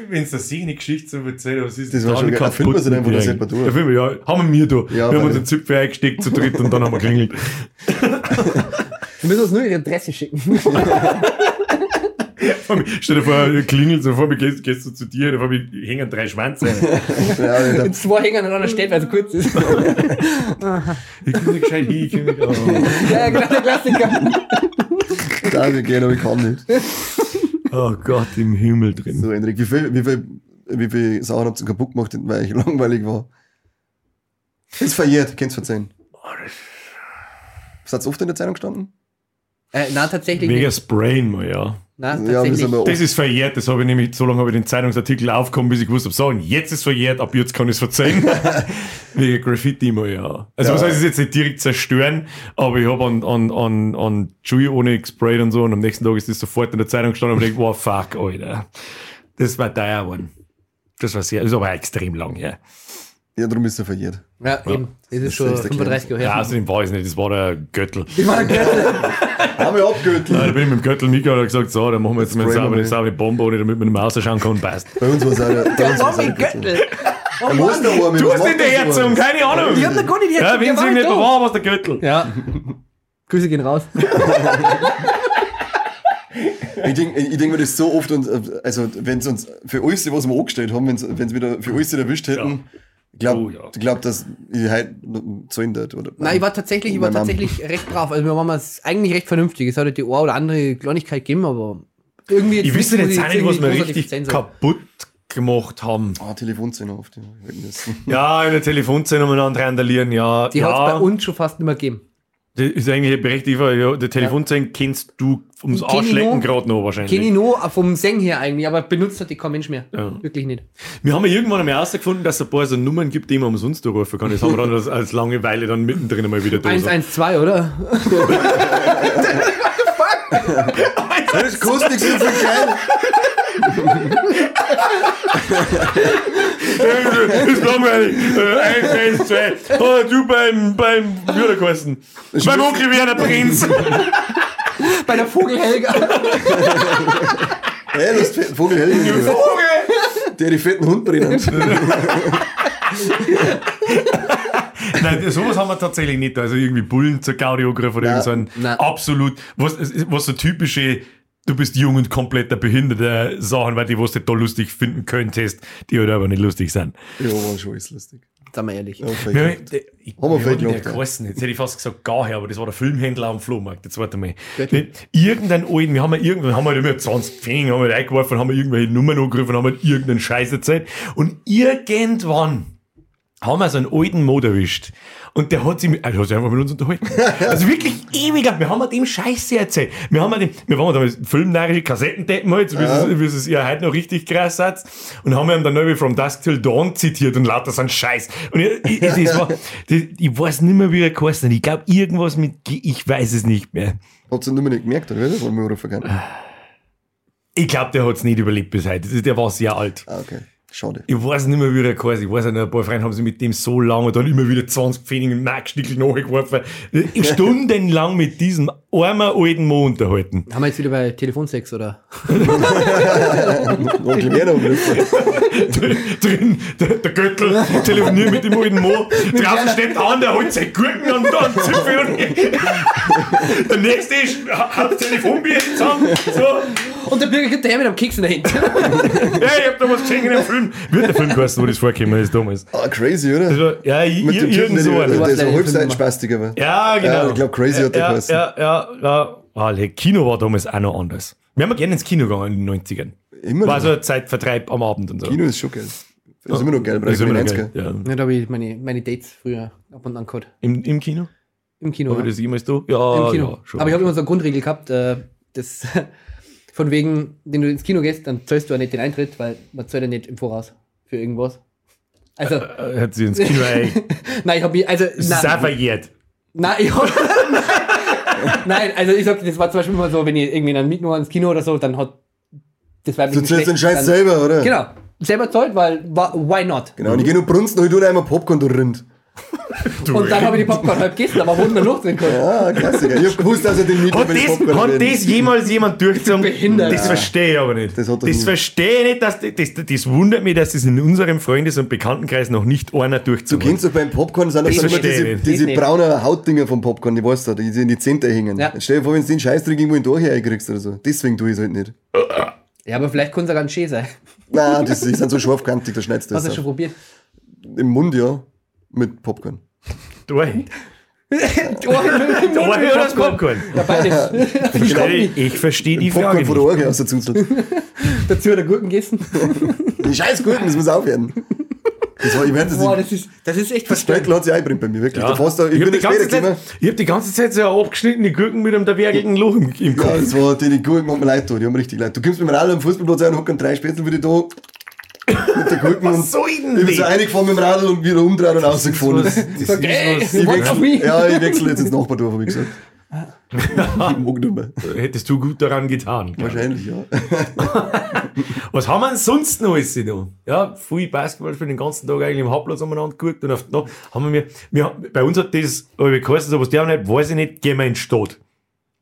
Speaker 1: Wenn es da sich eine Geschichte so erzählt, was ist
Speaker 2: Das war
Speaker 1: da?
Speaker 2: schon
Speaker 1: Kann
Speaker 2: geil. Finden wir sie
Speaker 1: putzen
Speaker 2: einfach, das
Speaker 1: direkt.
Speaker 2: hätten wir durch.
Speaker 1: Ja, finden wir, ja. Haben wir mir da.
Speaker 2: Ja,
Speaker 1: wir haben
Speaker 2: weil-
Speaker 1: uns den Zipfel eingesteckt zu dritt und dann haben wir
Speaker 2: *laughs*
Speaker 1: klingelt.
Speaker 3: Wir müssen uns nur ihre Adresse schicken.
Speaker 1: Stell dir vor, klingelt so vor mir, gehst, gehst du zu dir, da vor mir hängen drei Schwanz
Speaker 2: *laughs*
Speaker 1: rein.
Speaker 2: Ja,
Speaker 1: *laughs*
Speaker 2: Alter.
Speaker 3: Zwei hängen an einer Stelle, weil es kurz ist. *laughs*
Speaker 1: Ich krieg nicht gescheit hin, ich krieg nicht.
Speaker 2: *laughs*
Speaker 1: Oh,
Speaker 3: ja, genau, der Klassiker.
Speaker 2: da wir gehen, aber ich kann nicht.
Speaker 1: oh Gott, im Himmel drin.
Speaker 2: So, Henrik, wie viel, wie viel, wie viel Sachen habt ihr kaputt gemacht, weil ich *laughs* langweilig war? Ist verjährt, kannst verzeihen. Seid ihr oft in der Zeitung gestanden?
Speaker 3: Äh, na, tatsächlich.
Speaker 1: Mega
Speaker 3: nicht.
Speaker 1: Sprain mal, ja.
Speaker 3: Na,
Speaker 2: Ja, wir
Speaker 3: tatsächlich.
Speaker 2: sind mal
Speaker 1: Das
Speaker 2: oft.
Speaker 1: ist verjährt, das habe ich nämlich, so lange habe ich den Zeitungsartikel aufgekommen, bis ich gewusst habe, so, und jetzt ist verjährt, ab jetzt kann ich es *laughs* verzeihen. Wegen Graffiti immer, ja. Also,
Speaker 2: Ja.
Speaker 1: was heißt es jetzt nicht direkt zerstören, aber ich habe an, an, an, an Chewy ohne gesprayt und so, und am nächsten Tag ist das sofort in der Zeitung gestanden und ich wow, fuck, Alter. Das war teuer geworden. Das war sehr, das ist aber auch extrem lang, ja.
Speaker 2: Ja, darum ist er verjährt.
Speaker 3: Ja, eben. Das ist schon
Speaker 2: echt der
Speaker 3: 35 Uhr her.
Speaker 1: ja außerdem war ich nicht, das war der Göttel.
Speaker 3: Ich war Göttel.
Speaker 2: Haben wir abgürtelt.
Speaker 1: Ja, da bin ich mit dem Göttel Mika und hat gesagt, so, dann machen wir jetzt mal eine
Speaker 2: Sprayen wir
Speaker 1: saubere,
Speaker 2: nicht.
Speaker 1: saubere Bombe, ohne damit man mal schauen kann, passt.
Speaker 2: Bei uns war es einer. Bei uns war es einer Gürtel.
Speaker 3: Oh,
Speaker 2: Wo ist
Speaker 3: Mann.
Speaker 2: der Arm?
Speaker 1: Du
Speaker 2: Was
Speaker 1: hast
Speaker 2: macht
Speaker 1: nicht der
Speaker 2: das Arm?
Speaker 1: Herzung, keine Ahnung.
Speaker 3: Die haben da gar nicht jetzt.
Speaker 1: Ja, wenn sie nicht
Speaker 3: da.
Speaker 1: war, was der Göttel. *laughs*
Speaker 3: Ja. Grüße gehen raus.
Speaker 2: Ich denke ich denk mir das so oft, und äh, also wenn es uns für alles, was wir angestellt haben, wenn es wieder für alles erwischt hätten, ich glaube,
Speaker 1: Oh, ja.
Speaker 2: glaub, dass ich heute zahlen dort. Oder
Speaker 3: Nein, ich war tatsächlich, ich war
Speaker 2: Mein Mann.
Speaker 3: tatsächlich recht brav. Also, wir waren mal eigentlich recht vernünftig. Es hat halt die Ohr oder andere Kleinigkeit gegeben, aber irgendwie. jetzt
Speaker 1: Ich wüsste jetzt
Speaker 3: nicht, muss
Speaker 1: auch nicht, was
Speaker 3: irgendwie
Speaker 1: wir
Speaker 3: großartig sein
Speaker 1: richtig
Speaker 3: soll.
Speaker 1: kaputt gemacht haben.
Speaker 2: Ah, Telefonzähne oft. Ja, ich weiß nicht.
Speaker 1: Ja, in der Telefonzelle umeinander randalieren, ja.
Speaker 3: Die
Speaker 1: ja,
Speaker 3: hat es bei uns schon fast nicht mehr gegeben.
Speaker 1: Das ist eigentlich eine berechtigte Ja, die Telefonzelle kennst du ums
Speaker 3: Kenn ich
Speaker 1: Ausschlecken
Speaker 3: noch.
Speaker 1: gerade noch wahrscheinlich.
Speaker 3: Kenne ich nur vom Seng her eigentlich, aber benutzt hat die kein Mensch mehr.
Speaker 1: Ja.
Speaker 3: Wirklich nicht.
Speaker 1: Wir haben ja irgendwann einmal herausgefunden, dass es ein paar so Nummern gibt, die man umsonst anrufen kann. Das haben wir dann als, als Langeweile dann mittendrin einmal wieder da. *laughs* so.
Speaker 3: 112, oder?
Speaker 2: Das *laughs* kostet nichts so viel Geld.
Speaker 1: Das ist langweilig. Äh, eins, eins, zwei. Oh, du beim, beim Würderkosten. Beim Onkel Werner Prinz.
Speaker 3: Bei der *laughs* Vogelhelga.
Speaker 2: Hey, das ist Vogel Helge, der die fetten Hund brennt.
Speaker 1: Nein, sowas haben wir tatsächlich nicht. Also irgendwie Bullen zur Gaudi angegriffen oder
Speaker 2: Nein,
Speaker 1: irgend so ein
Speaker 3: nein.
Speaker 1: absolut, was, was so typische, du bist jung und kompletter Behinderte Sachen, weil die, was du da lustig finden könntest, die halt aber nicht lustig sind.
Speaker 2: ja, war schon alles lustig.
Speaker 3: Seien wir ehrlich.
Speaker 2: Ja, fake
Speaker 1: Wir haben,
Speaker 2: gemacht.
Speaker 1: ich, ich,
Speaker 2: Haben wir
Speaker 1: wie
Speaker 2: Fake
Speaker 1: hat denn der
Speaker 2: gemacht, ja.
Speaker 1: geheißen? Jetzt hätte ich fast gesagt, Gahe, aber das war der Filmhändler am Flohmarkt, der zweite Mal. Den- Irgendein alten, wir haben ja irgendwann, haben wir halt immer 20 Pfennig, haben wir halt eingeworfen, haben wir irgendwelche Nummern angegriffen, haben halt irgendeinen Scheiß erzählt. Und irgendwann haben wir so einen alten Mod erwischt. Und der hat sich, mit- also hat sich einfach mit uns unterhalten. Also wirklich ewig lang. Wir haben halt dem Scheiße erzählt. Wir haben halt dem, wir waren damals filmnarische Kassettendeppen halt, so wie es- wie es ihr heute noch richtig krass sagt. Und haben ihm dann irgendwie From Dusk Till Dawn zitiert und lauter so ein Scheiß. Und ich, ich, das war, das, ich weiß nicht mehr, wie er geheißen hat. Ich glaube, irgendwas mit, G- ich weiß es nicht mehr.
Speaker 2: Hat sie nicht gemerkt, oder? Das haben wir
Speaker 1: Ah.
Speaker 2: vergangen.
Speaker 1: Ich glaube, der hat es nicht überlebt bis heute. Das ist- Der war sehr alt.
Speaker 2: Ah, okay. Schade.
Speaker 1: Ich weiß nicht mehr, wie er geheißen Ich weiß auch nicht, ein paar Freunde haben sie mit dem so lange und dann immer wieder 20 Pfennig und Nackstickel nachgeworfen. Äh, Stundenlang mit diesem armen alten Mo unterhalten. *laughs*
Speaker 3: Haben wir jetzt wieder bei Telefonsex, oder?
Speaker 2: Onkel Werner umrufen.
Speaker 1: Drin, der, der Göttel telefoniert mit dem alten Mo. Draußen steht der an, der holt seine Gurken und dann Zipfel
Speaker 2: *laughs*
Speaker 1: und der nächste ist, hat das Telefonbier zusammen. So,
Speaker 3: Und der Bürger kommt daher mit einem Keks in der Hand.
Speaker 1: ja, ich hab da was gesehen in dem Film. Wird der Film geheißen, wo das vorgekommen ist damals?
Speaker 2: Ah, crazy, oder?
Speaker 1: Das war- Ja,
Speaker 2: Mit dem Typen,
Speaker 1: irgend
Speaker 2: der,
Speaker 1: so
Speaker 2: der,
Speaker 1: einer.
Speaker 2: der so
Speaker 3: Wasser-
Speaker 2: halbseitenspastiger war.
Speaker 1: Ja, genau.
Speaker 2: Ja, ich glaub, Crazy hat der
Speaker 1: ja,
Speaker 2: geheißen.
Speaker 1: ja, ja, ja. Ah, hey, Kino war damals auch noch anders. Wir haben ja gerne ins Kino gegangen in den 90ern.
Speaker 2: Immer
Speaker 1: War
Speaker 2: noch.
Speaker 1: so ein Zeitvertreib am Abend und so.
Speaker 2: Kino ist schon geil. Ist immer noch geil, aber
Speaker 1: Das ist
Speaker 2: ich bin
Speaker 1: immer noch
Speaker 2: 90er.
Speaker 1: geil. Ja.
Speaker 3: *laughs* Ja, da habe ich meine, meine Dates früher ab und an gehabt.
Speaker 1: Im, Im Kino?
Speaker 3: Im Kino.
Speaker 1: War
Speaker 3: ja.
Speaker 1: das jemals du? Ja,
Speaker 3: Im Kino.
Speaker 1: ja, schon.
Speaker 3: Aber ich habe immer so eine Grundregel gehabt, äh, das *laughs* von wegen, wenn du ins Kino gehst, dann zahlst du ja nicht den Eintritt, weil man zahlt ja nicht im Voraus für irgendwas. Also, *laughs*
Speaker 1: Äh, Hat sie ins Kino eigentlich.
Speaker 3: nein, ich habe mich, also,
Speaker 1: Das ist auch
Speaker 3: nein,
Speaker 1: verjährt.
Speaker 3: nein, ich hab, *laughs* nein, also ich sag, das war zum Beispiel immer so, wenn ich irgendwie in einen Mieten war ins Kino oder so, dann hat das war
Speaker 2: Du zählst den Scheiß selber, oder?
Speaker 3: Genau, selber zahlt, weil, wa- why not?
Speaker 2: Genau, und ich geh nur brunsten, hol du einmal Popcorn, du Rind.
Speaker 3: Und dann habe ich die Popcorn halb gegessen, aber wurden wir noch
Speaker 2: *laughs*
Speaker 3: drin gehabt.
Speaker 2: Ah, Klassiker. Ich hab gewusst, dass er den Mieter
Speaker 1: Hat
Speaker 2: mit
Speaker 1: das,
Speaker 2: Popcorn
Speaker 1: hat
Speaker 2: erwähnt.
Speaker 1: das jemals jemand durchgezogen?
Speaker 3: Behindert.
Speaker 1: Das verstehe ich aber nicht.
Speaker 2: Das
Speaker 1: Das,
Speaker 2: hat er nie.
Speaker 1: verstehe ich nicht. Dass, das, das, das wundert mich, dass das in unserem Freundes- und Bekanntenkreis noch nicht einer
Speaker 2: Du
Speaker 1: durchgezogen
Speaker 2: kennst doch beim Popcorn sind doch
Speaker 1: Ich
Speaker 2: dann immer
Speaker 1: verstehe
Speaker 2: diese,
Speaker 1: nicht.
Speaker 2: diese
Speaker 3: Ich nicht.
Speaker 2: braunen Hautdinger vom Popcorn, die weißt du, die die in die Zente hängen.
Speaker 3: Ja.
Speaker 2: Stell dir vor, wenn du den Scheißdreck irgendwo in die Ohren reinkriegst oder so. Deswegen tue ich es halt nicht.
Speaker 3: Ja, aber vielleicht kann es ja ganz schön sein.
Speaker 2: Nein, das, die sind so scharfkantig, da schneidest du
Speaker 3: Hast du
Speaker 2: das
Speaker 3: das Also schon
Speaker 2: auf.
Speaker 3: *laughs* probiert?
Speaker 2: Im Mund, ja. Mit Popcorn.
Speaker 1: wurde.
Speaker 3: Oh,
Speaker 1: Du, Ohr oder das Popcorn?
Speaker 3: Ja, beides. Ich komm
Speaker 1: Verstehe-
Speaker 3: nicht
Speaker 1: Ich verstehe die Frage
Speaker 2: Popcorn von der
Speaker 1: nicht.
Speaker 2: Orgel aus der Zunzel.
Speaker 3: dazu oder Gurken gegessen.
Speaker 2: Die scheiß Gurken, das muss aufhören. Das war, ich meine, das,
Speaker 3: *laughs* Boah,
Speaker 2: das,
Speaker 3: das ist, das ist echt
Speaker 2: das
Speaker 3: verstört.
Speaker 2: Spätl hat sich einbrennt bei mir, wirklich. Da fast, ich,
Speaker 1: ich
Speaker 2: bin
Speaker 1: habe die,
Speaker 2: nicht später
Speaker 1: ganze
Speaker 2: gekommen.
Speaker 1: Zeit- ich hab die ganze Zeit so eine abgeschnittene Gurken mit einem derwergigen Loch im, im Kopf.
Speaker 2: Ja, das war, die, die Gurken haben mir leid getan, die haben mir richtig leid. Du kommst mit dem Radl am Fußballplatz ein, hockern drei Spätzle wieder da. Mit der Gurken und.
Speaker 1: soll denn
Speaker 2: Ich bin so reingefahren mit dem Radl und wieder umdreht und rausgefahren. *laughs*
Speaker 1: das? ist
Speaker 3: Sag, ey,
Speaker 1: was-
Speaker 3: you want
Speaker 1: Ja.
Speaker 3: to me?
Speaker 2: Ja, ich wechsle jetzt ins Nachbardorf, habe ich gesagt.
Speaker 1: Ah.
Speaker 2: Ich mag nicht mehr.
Speaker 1: Hättest du gut daran getan. glaub ich.
Speaker 2: Wahrscheinlich, ja.
Speaker 1: Was haben wir denn sonst noch alles da? Ja, viel Basketball spielen den ganzen Tag eigentlich im Hauptplatz umeinander geguckt und auf die Nacht haben wir, wir, haben- bei uns hat das, aber wir geheißen, so was der nicht, weiß ich nicht, gehen wir in die Stadt.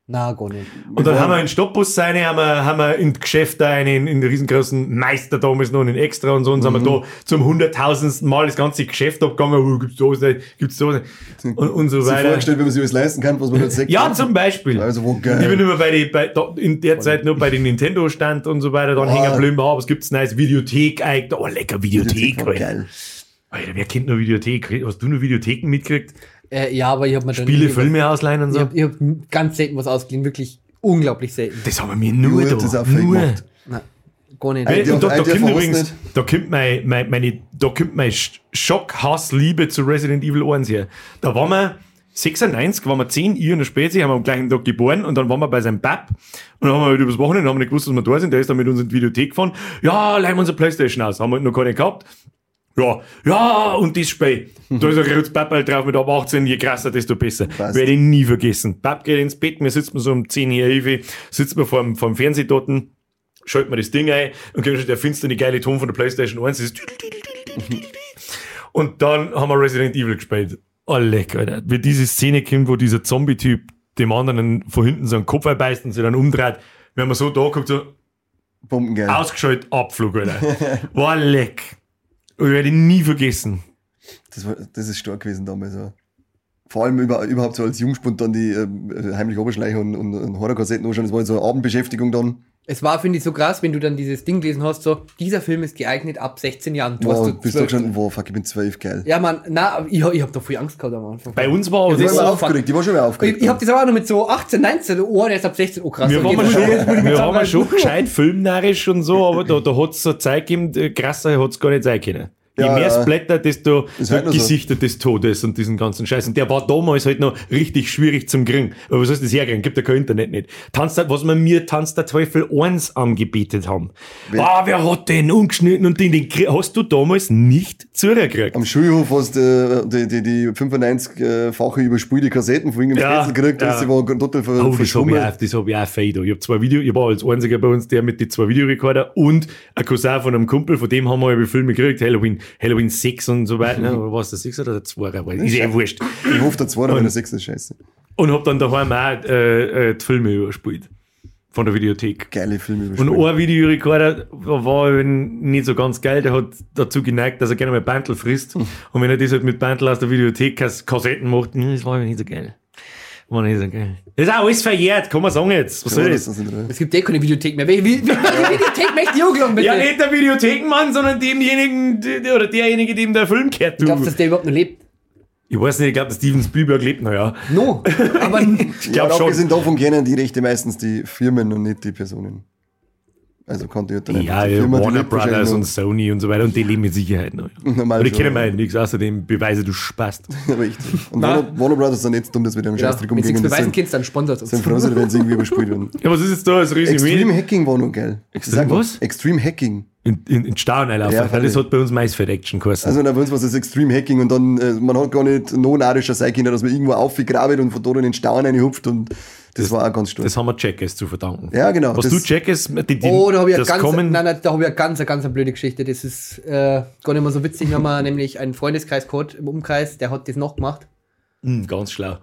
Speaker 3: Na, gar nicht.
Speaker 1: Und dann haben wir in den Stadtbus rein, haben wir, haben wir in die Geschäfte rein, in, in den riesengroßen Meister damals noch, und in Extra und so, und sind wir
Speaker 2: Mhm.
Speaker 1: da zum hunderttausendsten Mal das ganze Geschäft abgegangen, oh, gibt's da was nicht, gibt's da was nicht, und, und so
Speaker 2: Sich
Speaker 1: weiter.
Speaker 2: vorgestellt, wenn man sich alles leisten kann, was man jetzt sagt.
Speaker 1: Ja, zum Beispiel.
Speaker 2: Also, wo geil.
Speaker 1: Ich bin immer bei, die, bei da, in der Zeit nur bei den Nintendo-Stand und so weiter, dann
Speaker 2: Ah.
Speaker 1: hängen blöd, oh, was gibt's Neues? Videothek, Alter. oh, lecker Videothek,
Speaker 2: war
Speaker 1: Alter.
Speaker 2: geil.
Speaker 1: Alter, wer kennt noch Videothek? Hast du noch Videotheken mitgekriegt?
Speaker 3: Äh, ja, aber ich habe mir dann
Speaker 1: Spiele,
Speaker 3: nie-
Speaker 1: Filme ausleihen und
Speaker 3: Ich
Speaker 1: so?
Speaker 3: habe hab ganz selten was ausgeliehen, wirklich unglaublich selten.
Speaker 1: Das haben wir nur,
Speaker 2: Nur
Speaker 1: da.
Speaker 2: hat das auch viel
Speaker 1: nur.
Speaker 2: gemacht.
Speaker 3: Na, gar nicht.
Speaker 2: Ey,
Speaker 1: Ey,
Speaker 2: die
Speaker 1: und
Speaker 2: auf-
Speaker 1: da, da
Speaker 2: die auf
Speaker 1: kommt
Speaker 2: der
Speaker 1: übrigens,
Speaker 2: Host
Speaker 1: da kommt mein, mein, meine, da kommt mein Sch- Schock, Hass, Liebe zu Resident Evil 1 her. Da waren wir 96, waren wir 10, ich und der Spezi, haben wir am gleichen Tag geboren und dann waren wir bei seinem Pap und dann haben wir halt übers Wochenende, haben wir nicht gewusst, dass wir da sind, der ist dann mit uns in die Videothek gefahren. Ja, leih wir unsere Playstation aus, haben wir halt noch keine gehabt. Ja, ja, und das Spiel. Da ist ein rotes Pappel drauf mit ab 18, je krasser, desto besser.
Speaker 2: Passt.
Speaker 1: Werde ich nie vergessen. Papp geht ins Bett, wir sitzen so um 10 Uhr, 11 Uhr, sitzen wir vor dem, vor dem Fernseher dort, schalten wir das Ding ein und können schon der finstere geile Ton von der Playstation 1, dieses und dann haben wir Resident Evil gespielt. Oh, leck, Alter. Wie diese Szene kommt, wo dieser Zombie-Typ dem anderen von hinten so einen Kopf einbeißt und sich dann umdreht, wenn man so da guckt, so,
Speaker 2: Bombengeil.
Speaker 1: ausgeschaltet, Abflug, Alter. War leck. Ich werde ihn nie vergessen.
Speaker 2: Das, war, das ist stark gewesen damals. Ja. Vor allem über, überhaupt äh, so als Jungspund dann die ähm, heimliche Oberschleiche und, und, und Horrorkassetten anschauen. Das war halt so eine Abendbeschäftigung dann.
Speaker 3: Es war, finde ich, so krass, wenn du dann dieses Ding gelesen hast, so, dieser Film ist geeignet ab 16 Jahren. Du hast
Speaker 2: Wow,
Speaker 3: so
Speaker 2: bist du
Speaker 3: 12.
Speaker 2: gestanden, wow, fuck, ich bin zwölf, geil.
Speaker 3: Ja, Mann, na, ich, ich hab da viel Angst gehabt am Anfang.
Speaker 1: Bei uns war
Speaker 2: ich war
Speaker 1: das.
Speaker 2: immer
Speaker 3: so
Speaker 2: aufgeregt, ich war schon immer
Speaker 3: ich,
Speaker 2: aufgeregt.
Speaker 3: ich hab das aber auch noch mit so 18, 19, oh, der ist ab 16, oh krass.
Speaker 1: Wir
Speaker 3: okay,
Speaker 1: waren
Speaker 3: gut,
Speaker 1: schon,
Speaker 3: jetzt muss ich mich
Speaker 1: wir waren
Speaker 3: zusammenreißen.
Speaker 1: schon gescheit filmnarisch und so, aber da, da hat es so Zeit gegeben, äh, krasser hat es gar nicht sein können. Je
Speaker 2: Ja,
Speaker 1: mehr
Speaker 2: ja.
Speaker 1: Splatter, desto
Speaker 2: Ist halt noch so.
Speaker 1: Gesichter des Todes und diesen ganzen Scheiß. Und der war damals halt noch richtig schwierig zum Kriegen. Aber was heißt das herkriegen? Gibt ja kein Internet nicht. Tanzt, was man mir Tanz der Teufel 1 angebietet haben. Ah, wer hat den ungeschnitten und den, den Krie- hast du damals nicht zugekriegt.
Speaker 2: Am Schulhof hast du äh, die, die, die 95-fache überspülte Kassetten von irgendeinem
Speaker 1: Ja,
Speaker 2: Spätzl gekriegt,
Speaker 1: ja.
Speaker 2: dass sie waren total ver
Speaker 1: Oh, das habe ich
Speaker 2: verschwommen.
Speaker 1: auch, das hab ich auch fei da. Ich hab zwei Video, ich war als einziger bei uns, der mit den zwei Videorekorder und ein Cousin von einem Kumpel, von dem haben wir eben Filme gekriegt, Halloween, Halloween 6 und so weiter. Ne? Oder was, der 6 oder der 2? Ist ja wurscht.
Speaker 2: Ich hoffe, der zweite, wenn der sechste ist scheiße.
Speaker 1: Und hab dann daheim auch äh, äh, die Filme überspielt. Von der Videothek.
Speaker 2: Geile Filme überspült.
Speaker 1: Und ein Videorekorder war eben nicht so ganz geil. Der hat dazu geneigt, dass er gerne mal Bantel frisst. Und wenn er das halt mit Bantel aus der Videothek Kas Kassetten macht, hm, das war eben nicht so geil. War nicht so geil. Das ist auch alles verjährt, kann man sagen jetzt. Was soll
Speaker 2: Ja,
Speaker 1: das?
Speaker 2: das ist nicht real.
Speaker 3: Es gibt eh keine Videothek mehr. Welche Vi- welche Videothek möchte ich angelangen, bitte?
Speaker 1: Ja, nicht der Videothekenmann, sondern demjenigen, die- die- oder derjenige, dem der Film gehört. Du.
Speaker 3: Glaubst du, dass der überhaupt noch lebt?
Speaker 1: ich weiß nicht, ich glaube, Steven Spielberg lebt noch, ja.
Speaker 3: No.
Speaker 1: *laughs*
Speaker 3: Aber
Speaker 1: Ich
Speaker 2: Ja,
Speaker 1: glaube
Speaker 2: aber
Speaker 1: schon.
Speaker 2: abgesehen davon kennen die Rechte meistens die Firmen und nicht die Personen. Also konnte ich dann
Speaker 1: Ja,
Speaker 2: die
Speaker 1: ja
Speaker 2: die
Speaker 1: Warner
Speaker 2: lebt wahrscheinlich
Speaker 1: Brothers und
Speaker 2: *laughs* noch.
Speaker 1: Sony und so weiter. Und die leben mit Sicherheit noch.
Speaker 2: Normal
Speaker 1: Aber die
Speaker 2: schon,
Speaker 1: kennen
Speaker 2: ja.
Speaker 1: mir nichts, außerdem beweise, du spast.
Speaker 2: Aber echt. Und Warner, Warner Brothers sind jetzt um dumm, dass wir den
Speaker 3: ja,
Speaker 2: Scheißtrick
Speaker 3: wenn du
Speaker 2: umgehen. Das
Speaker 3: beweisen
Speaker 2: sind,
Speaker 3: kannst, dann sponsert uns.
Speaker 2: sind froh, sein, wenn sie irgendwie überspült werden.
Speaker 1: Ja, was ist jetzt da als
Speaker 2: Extreme
Speaker 1: Resümee?
Speaker 2: Hacking war noch geil.
Speaker 1: Extreme
Speaker 2: Sag mal,
Speaker 1: was?
Speaker 2: Extreme Hacking.
Speaker 1: In, in, in Stauen
Speaker 2: Ja,
Speaker 1: einlaufen. das
Speaker 2: freilich.
Speaker 1: hat bei uns Maisfeld Action gekostet.
Speaker 2: Also da bei uns war es das Extreme Hacking und dann, äh, man hat gar nicht no-narischer sein können, dass man irgendwo aufgegraben und von dort in den Stauen reinhupft und das, war auch ganz stolz.
Speaker 1: das haben wir Jackass zu verdanken.
Speaker 2: Ja, genau.
Speaker 1: Was
Speaker 2: Das-
Speaker 1: du Jackass, die, die,
Speaker 3: Oh, da habe ich, ja
Speaker 1: das
Speaker 3: ganz-
Speaker 1: kommen,
Speaker 3: nein, nein, da hab ich ja ganz, eine ganz eine blöde Geschichte. Das ist äh, gar nicht mal so witzig. Wir haben ja nämlich einen Freundeskreis gehabt im Umkreis, der hat das noch gemacht.
Speaker 1: Hm, ganz schlau.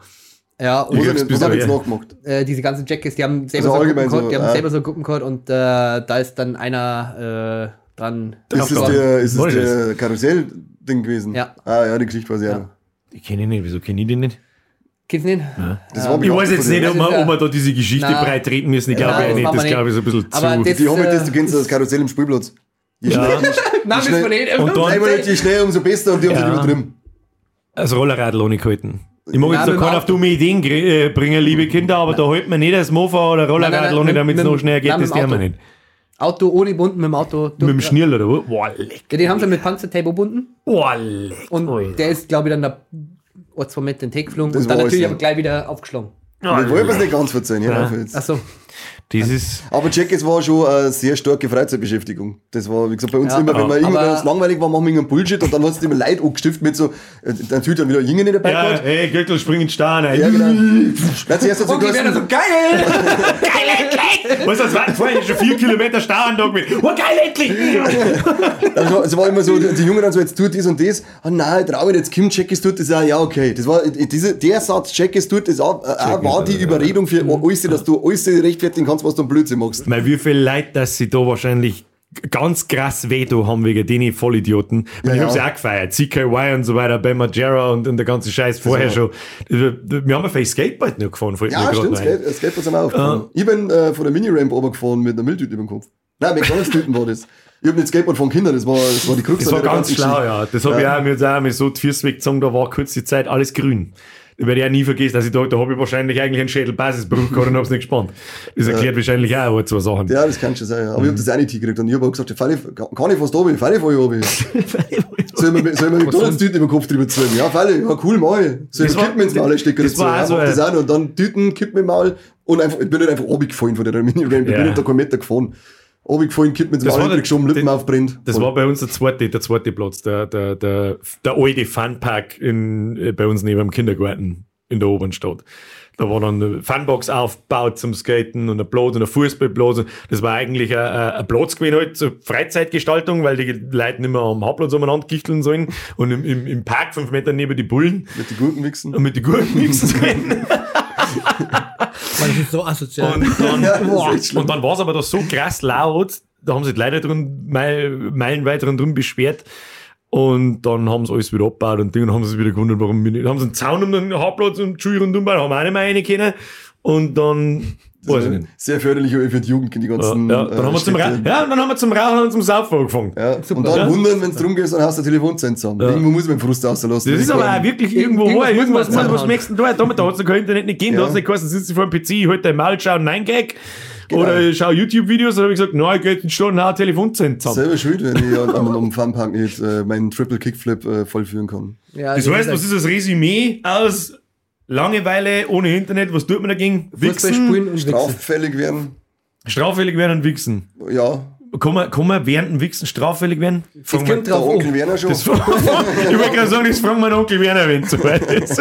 Speaker 3: Ja, und
Speaker 2: was
Speaker 1: Ja,
Speaker 2: hat er-
Speaker 1: das
Speaker 2: was hat er
Speaker 1: ist
Speaker 2: jetzt
Speaker 1: ja-
Speaker 2: nachgemacht?
Speaker 3: äh, diese ganzen Jackets, die haben selber
Speaker 2: Also
Speaker 3: so einen
Speaker 2: allgemein
Speaker 3: Gruppencode,
Speaker 2: so,
Speaker 3: die haben
Speaker 2: ah.
Speaker 3: selber so einen Gruppencode und äh, da ist dann einer äh, dran.
Speaker 2: Ist es
Speaker 1: Aufgaben.
Speaker 2: der, ist es
Speaker 1: Wollen
Speaker 2: der Karussell-Ding gewesen?
Speaker 3: Ja.
Speaker 2: Ah ja, die Geschichte weiß ich auch noch.
Speaker 1: Die kenne ich nicht, wieso kenne ich die nicht?
Speaker 3: Kennst du den?
Speaker 2: Das war
Speaker 1: Ich weiß jetzt nicht, ob
Speaker 3: Das ist
Speaker 1: wir,
Speaker 3: ja-
Speaker 1: ob wir da diese Geschichte
Speaker 3: Nein.
Speaker 1: breit treten müssen. Ich
Speaker 3: Nein,
Speaker 1: glaube
Speaker 3: das
Speaker 1: ja nicht.
Speaker 3: machen
Speaker 1: Das
Speaker 3: wir
Speaker 1: glaube ich ist ein bisschen
Speaker 3: Aber
Speaker 1: zu.
Speaker 3: das-
Speaker 2: Die haben halt
Speaker 3: äh,
Speaker 2: das, du kennst das Karussell im Spielplatz. Je
Speaker 1: Ja.
Speaker 2: schneller,
Speaker 3: Nein,
Speaker 2: je, je, schnell,
Speaker 3: nicht.
Speaker 1: Und dann-
Speaker 2: einmal nicht, je schneller, umso besser und die haben
Speaker 1: Ja.
Speaker 2: sich übertrieben.
Speaker 1: Das Rollerradl ohne gehalten. Ich mag
Speaker 3: Nein,
Speaker 1: jetzt da
Speaker 3: mit dem
Speaker 1: keinen auf
Speaker 3: Auto.
Speaker 1: dumme Ideen gr- äh, bringen, liebe Kinder, aber da hält man nicht das Mofa oder
Speaker 3: Nein, nein,
Speaker 1: Rollerradl
Speaker 3: nein,
Speaker 1: ohne,
Speaker 3: mit-
Speaker 1: damit es
Speaker 3: mit-
Speaker 1: noch schneller geht.
Speaker 3: nein, mit
Speaker 1: Das
Speaker 3: dem
Speaker 1: dürfen wir
Speaker 3: Auto.
Speaker 1: nicht.
Speaker 3: Auto ohne Bunden mit dem Auto.
Speaker 1: Mit
Speaker 3: durch-
Speaker 1: dem Schnirl oder was? Boah, leck.
Speaker 3: Ja, den haben sie mit Panzertape gebunden
Speaker 1: Boah, leck.
Speaker 3: und
Speaker 1: Alter.
Speaker 3: der ist, glaube ich, dann der Ortsmoment den Take geflogen
Speaker 2: Das
Speaker 3: und dann
Speaker 2: war
Speaker 3: natürlich
Speaker 2: alles,
Speaker 3: aber gleich wieder aufgeschlagen.
Speaker 2: Ich wollte es nicht ganz verzeihen. hör auf jetzt.
Speaker 3: Achso,
Speaker 1: Das ist.
Speaker 2: Aber Jack, es war schon eine sehr starke Freizeitbeschäftigung. Das war, wie gesagt, bei uns
Speaker 3: Ja,
Speaker 2: immer, wenn wir
Speaker 3: aber-
Speaker 2: irgendwann uns langweilig war, machen wir irgendeinen Bullshit und dann hat es immer Leid angestiftet mit so, äh, natürlich dann wieder Jinge nicht dabei
Speaker 1: Ja,
Speaker 2: gehabt.
Speaker 1: hey, Gürtel spring in den Stein.
Speaker 2: Ja,
Speaker 1: ey.
Speaker 2: genau. Dann zuerst dazu
Speaker 3: die werden
Speaker 2: gelassen,
Speaker 3: so geil!
Speaker 1: *laughs* Was ist das? War vorher schon vier Kilometer Stauantag mit. Oh, geil, endlich!
Speaker 2: dann so- also, es war immer so, die Jungen dann so, jetzt tut dies und das. Ah, nein, ich trau mich, jetzt Kim Jack es tut das auch, ja, okay. Das war, äh, diese, der Satz, Jack es tut das auch, äh, auch war die Überredung für alles, dass du alles rechtfertigen kannst, was du am Blödsinn machst.
Speaker 1: Weil wie viel Leute, dass sie da wahrscheinlich ganz krass weh da haben wegen denen Vollidioten. Weil ich
Speaker 2: Ja,
Speaker 1: hab's
Speaker 2: ja.
Speaker 1: ja auch gefeiert. CKY und so weiter, Ben Majera und, und der ganze Scheiß vorher schon. Wir haben ja vielleicht Skateboard noch gefahren, fällt mir
Speaker 2: Ja,
Speaker 1: grad
Speaker 2: stimmt,
Speaker 1: noch ein.
Speaker 2: Skate, Skateboard sind auch aufgefahren. Ich bin äh, von der Mini-Ramp runtergefahren mit einer Mülltüte über dem Kopf. Nein, McDonalds-Tüten war das. Ich hab nicht Skateboard von Kindern, das war, das war die Krux
Speaker 1: Das
Speaker 2: an
Speaker 1: war
Speaker 2: der
Speaker 1: ganz
Speaker 2: ganzen
Speaker 1: schlau,
Speaker 2: Geschichte.
Speaker 1: ja. Das habe ich auch mir jetzt auch einmal so die Füße weggezogen, da war kurz die Zeit alles grün. Ich werde ja nie vergessen, dass ich da, da habe ich wahrscheinlich eigentlich einen Schädelbasisbruch gehabt und hab's nicht gespannt. Das erklärt wahrscheinlich auch ein, zwei Sachen.
Speaker 2: Ja, das kann schon sein, ja. Aber ich hab das auch nicht hingekriegt. Und ich hab auch gesagt, falle, kann ich fast oben, falle ich
Speaker 1: *laughs*
Speaker 2: von oben. soll man, soll man McDonalds-Tüten über den Kopf drüber ziehen? Ja, falle, ja, cool, mach ich. Soll ich
Speaker 1: Das war-
Speaker 2: Kippen ins Maul stecken?
Speaker 1: das
Speaker 2: dazu?
Speaker 1: war auch
Speaker 2: Ja,
Speaker 1: so
Speaker 2: mach das
Speaker 1: ein-
Speaker 2: auch noch. Und dann Tüten, Kippen im Maul. Und einfach, ich bin nicht einfach runtergefallen von der Mini-Ramp. Ich
Speaker 1: Ja.
Speaker 2: bin nicht da keinen Meter gefahren. Runtergefallen, Kippen ins
Speaker 1: Das war
Speaker 2: Maul,
Speaker 1: der-
Speaker 2: geschoben, Lippen
Speaker 1: das-
Speaker 2: aufbrennt.
Speaker 1: Das war bei uns der zweite, der zweite Platz, der, der, der, der alte Funpark in, äh, bei uns neben dem Kindergarten in der oberen Stadt. Da war dann eine Funbox aufgebaut zum Skaten und ein Platz und ein Fußballplatz. Das war eigentlich ein, ein ein Platz gewesen halt zur Freizeitgestaltung, weil die Leute nicht mehr am Hauptplatz umeinander gichteln sollen und im, im, im Park fünf Meter neben die Bullen
Speaker 2: Mit den Gurken wichsen.
Speaker 1: und mit den Gurken *laughs* mixen sollen.
Speaker 3: Man, das ist so asozial.
Speaker 1: Und dann,
Speaker 2: *laughs* Ja, das ist
Speaker 1: Boah.
Speaker 2: echt schlimm.
Speaker 1: und dann war es aber doch so krass laut, da haben sich die Leute drin, meil, meilenweit drin, drin beschwert. Und dann haben sie alles wieder abgebaut und Ding und haben sie wieder gewundert, warum wir nicht. Haben sie einen Zaun um den Hauptplatz und die Schule rundum gebaut, haben auch nicht mehr rein können. Und dann Weiß ich nicht.
Speaker 2: Sehr förderlich für die Jugend, die
Speaker 1: Ja,
Speaker 2: ganzen.
Speaker 1: ja. Dann, haben wir zum Ra-
Speaker 2: äh, Städte.
Speaker 1: ja, und dann haben wir zum Rauchen und zum Saufen angefangen.
Speaker 2: Ja. Und dann wundern, wenn es drum geht, dann hast du eine Telefonzeit zusammen. Irgendwo muss man den Frust rauslassen.
Speaker 1: Das ist aber auch wirklich irgendwo
Speaker 3: Irgendwas
Speaker 1: hoch.
Speaker 3: muss man
Speaker 1: Irgendwas, muss, was
Speaker 3: zusammenhauen.
Speaker 1: merkst du da? Damit, da hat es kein Internet nicht gehen.
Speaker 2: Ja.
Speaker 1: Da hat es nicht geheißen, sitzt du vor dem PC, halt dein Maul, schau einen 9-Gag
Speaker 2: Genau.
Speaker 1: oder ich schau YouTube-Videos. Dann habe ich gesagt, nein, geht in Stunden auch Telefonzent zusammen.
Speaker 2: Selber schuld, wenn ich am, am, am Funpark nicht äh, meinen Triple Kickflip äh, vollführen kann.
Speaker 3: Ja,
Speaker 1: Das heißt, was ist das Resümee aus Langeweile ohne Internet? Was tut man dagegen?
Speaker 3: Fußball
Speaker 1: Wichsen,
Speaker 3: spielen und wichsen.
Speaker 2: Straffällig werden,
Speaker 1: straffällig werden und wichsen.
Speaker 2: ja.
Speaker 1: Kann man, kann man während dem Wichsen straffällig werden? Fragen
Speaker 3: Es
Speaker 1: wir-
Speaker 3: kommt
Speaker 2: Der
Speaker 3: drauf um.
Speaker 2: Onkel
Speaker 3: an.
Speaker 2: Werner schon.
Speaker 1: Das fra- *laughs* ich wollte gerade sagen, das fragen wir den Onkel Werner, wenn es soweit
Speaker 3: *laughs*
Speaker 1: ist.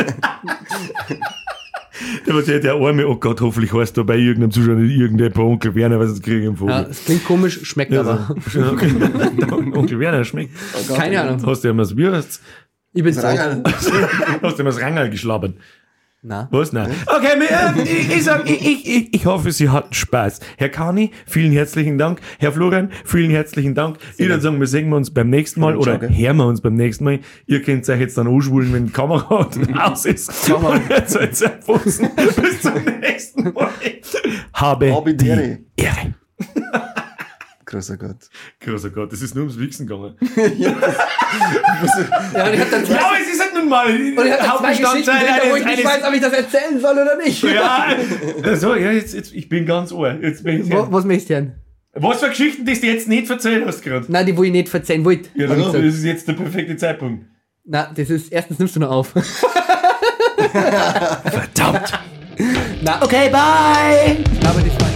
Speaker 1: Der wird ja der Arme, oh Gott, hoffentlich heißt da bei irgendeinem Zuschauer nicht irgendein paar Onkel Werner, weil sonst kriege ich einen
Speaker 3: Ja,
Speaker 1: Vogel.
Speaker 3: es klingt komisch, schmeckt aber.
Speaker 1: Ja. also, *laughs* Onkel Werner schmeckt.
Speaker 3: Keine Ahnung.
Speaker 1: Hast du ihm das Bier, hast
Speaker 3: Ich bin so.
Speaker 2: Rangerl.
Speaker 1: du ihm das Rangerl geschlabbert?
Speaker 3: Na.
Speaker 1: Was? Nein. Okay, mir, ähm, ich, ich, sag, ich, ich, ich, ich hoffe, Sie hatten Spaß. Herr Kani, vielen herzlichen Dank. Herr Florian, vielen herzlichen Dank. ich würde sagen, wir sehen wir uns beim nächsten Mal oder
Speaker 2: Dank, ja.
Speaker 1: hören wir uns beim nächsten Mal. Ihr könnt euch jetzt dann anschwulen, wenn die Kamera *laughs* aus ist.
Speaker 3: Kamera.
Speaker 1: Und jetzt sollt's abputzen. Bis zum nächsten Mal. Habe,
Speaker 2: Habe
Speaker 1: die
Speaker 2: die
Speaker 1: Ehre.
Speaker 2: Ehre. Großer Gott.
Speaker 1: Großer Gott, es ist nur ums Wichsen gegangen.
Speaker 3: Ja, und ich hab dann zwei,
Speaker 1: Ja, aber es ist halt nun mal
Speaker 3: und ich hab dann zwei Geschichten, drin, wo ich nicht weiß, ob ich das erzählen soll oder nicht.
Speaker 1: Ja, so, ja, jetzt, jetzt, ich bin ganz ohr. Jetzt bin ich
Speaker 3: Wo, was möchtest du denn?
Speaker 1: Was für Geschichten, die du jetzt nicht erzählt hast gerade?
Speaker 3: Nein, die, wo ich nicht verzeihen wollte.
Speaker 1: Ja,
Speaker 3: hab ich
Speaker 1: dann, das
Speaker 3: gesagt.
Speaker 1: ist jetzt der perfekte Zeitpunkt.
Speaker 3: Na, das ist, erstens nimmst du noch auf.
Speaker 1: Verdammt!
Speaker 3: Na, okay, bye! Aber das war